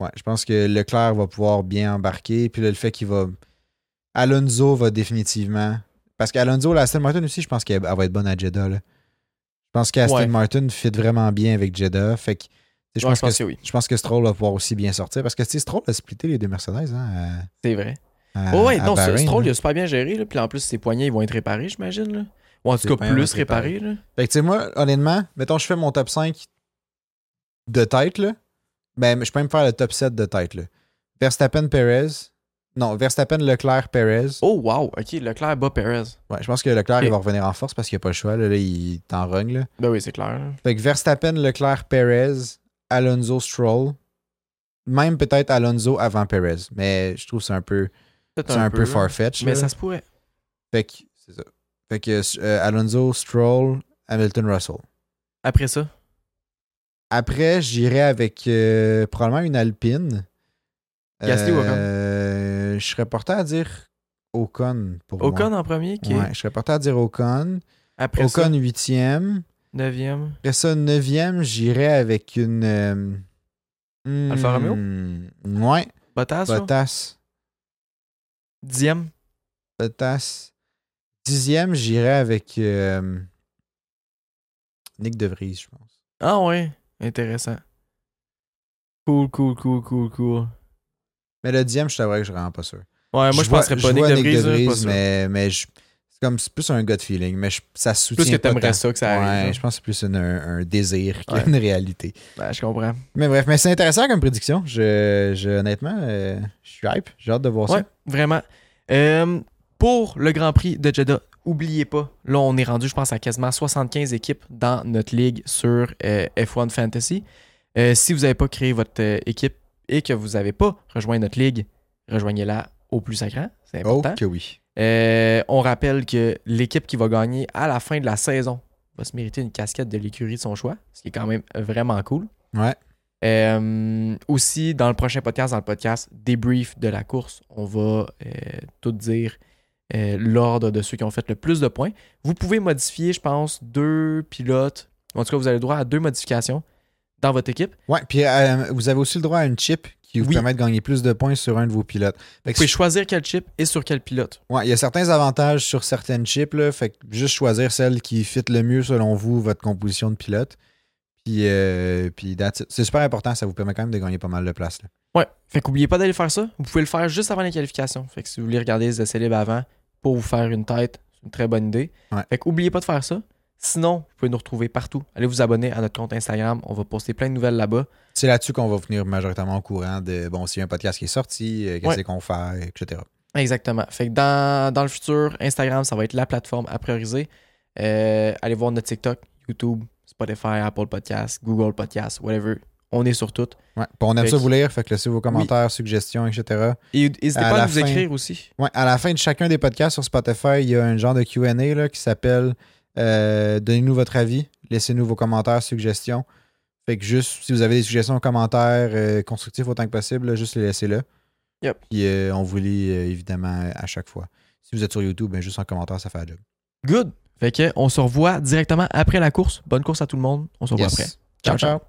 Ouais, je pense que Leclerc va pouvoir bien embarquer. Puis là, le fait qu'il va. Alonso va définitivement. Parce qu'Alonso, la Aston Martin aussi, je pense qu'elle elle va être bonne à Jeddah. là. Je pense qu'Aston Ouais. Martin fit vraiment bien avec Jeddah. Fait que. tu sais, Je, Ouais, pense que, oui. je pense que Stroll va pouvoir aussi bien sortir. Parce que tu sais, Stroll a splitté les deux Mercedes. Hein, C'est vrai. à- à- Oh, ouais, à non, ce- Bahreïn, Stroll, là. il a super bien géré. Là. Puis en plus, ses poignets, ils vont être réparés, j'imagine. là. Ou en Ses tout cas, poignets vont plus être réparés. réparés. là. Fait que, tu sais, moi, honnêtement, mettons, je fais mon top 5 de tête, là. Ben, je peux même faire le top 7 de tête, là. Verstappen, Perez. Non, Verstappen, Leclerc, Perez. Oh, wow. OK, Leclerc bat Perez. Ouais, je pense que Leclerc, Ok. il va revenir en force parce qu'il n'y a pas le choix, là. là, il est en rogne, là. Ben oui, c'est clair. là. Fait que Verstappen, Leclerc, Perez, Alonso, Stroll. Même peut-être Alonso avant Perez. Mais je trouve que c'est un peu, Peut-être c'est un peu là. far-fetched. Mais là. ça se pourrait. Fait que, c'est ça. Fait que euh, Alonso, Stroll, Hamilton, Russell. Après ça. Après, j'irai avec euh, probablement une Alpine. Gasly ou Ocon? Euh, Je serais porté à dire Ocon pour Ocon moi. en premier. qui Ouais, je serais porté à dire Ocon. Après ça, Ocon huitième. neuvième. Après ça, neuvième, j'irai avec une... euh, hmm, Alfa Romeo? Ouais, Bottas, là. Bottas. dixième. Bottas. Dixième, j'irai avec euh, Nick De Vries, je pense. Ah ouais, intéressant. Cool, cool, cool, cool, cool. Mais le dixième, je t'avouerais que je suis vraiment pas sûr. Ouais, moi je, vois- penserais je pas Nick vois de Vries, là, pas sûr. mais, mais je- c'est comme c'est plus un gut feeling, mais je- ça soutient Plus que pas t'aimerais tant. ça que ça Ouais, arrive. je pense que c'est plus une- un, un désir qu'une Ouais. réalité. là. Ouais, je comprends. Mais bref, mais c'est intéressant comme prédiction. Je, je- honnêtement, euh, je suis hype. J'ai hâte de voir Ouais, ça. vraiment. Euh, pour le Grand Prix de Jeddah, oubliez pas, là on est rendu, je pense, à quasiment 75 équipes dans notre ligue sur euh, F1 Fantasy. Euh, si vous n'avez pas créé votre euh, équipe et que vous n'avez pas rejoint notre ligue, rejoignez-la au plus sacrant. C'est Oh important. que oui. Euh, on rappelle que l'équipe qui va gagner à la fin de la saison va se mériter une casquette de l'écurie de son choix, ce qui est quand même vraiment cool. Ouais. Euh, aussi, dans le prochain podcast, dans le podcast débrief de la course, on va euh, tout dire euh, l'ordre de ceux qui ont fait le plus de points. Vous pouvez modifier, je pense, deux pilotes. En tout cas, vous avez le droit à deux modifications dans votre équipe. Ouais, puis euh, vous avez aussi le droit à une chip qui vous Oui. permet de gagner plus de points sur un de vos pilotes. Fait Vous que pouvez si- choisir quel chip et sur quel pilote. ouais, il y a certains avantages sur certaines chips. Là, fait que juste choisir celle qui fit le mieux selon vous, votre composition de pilote. Puis, euh, puis that's it. c'est super important. Ça vous permet quand même de gagner pas mal de place. là. Ouais. Fait qu'oubliez pas d'aller faire ça. Vous pouvez le faire juste avant les qualifications. Fait que si vous voulez regarder les essais libres avant pour vous faire une tête, c'est une très bonne idée. Ouais. Fait qu'oubliez pas de faire ça. Sinon, vous pouvez nous retrouver partout. Allez vous abonner à notre compte Instagram. On va poster plein de nouvelles là-bas. C'est là-dessus qu'on va venir majoritairement au courant de bon, s'il y a un podcast qui est sorti, euh, qu'est-ce Ouais. qu'on fait, etc. Exactement. Fait que dans, dans le futur, Instagram, ça va être la plateforme à prioriser. Euh, allez voir notre TikTok, YouTube, Spotify, Apple Podcasts, Google Podcasts, whatever. On est sur toutes. Ouais. Puis on aime Fait ça que- vous lire. Fait que laissez vos commentaires, suggestions, etc. Et n'hésitez À pas la à nous fin. écrire aussi. Ouais, à la fin de chacun des podcasts sur Spotify, il y a un genre de QA là, qui s'appelle euh, Donnez-nous votre avis, laissez-nous vos commentaires, suggestions. Fait que juste, si vous avez des suggestions, commentaires euh, constructifs autant que possible, là, juste les laissez là. Yep. Puis euh, on vous lit euh, évidemment à chaque fois. Si vous êtes sur YouTube, ben, juste en commentaire, ça fait la job. Good. Fait que on se revoit directement après la course. Bonne course à tout le monde. On se revoit Yes. ciao. après. ciao.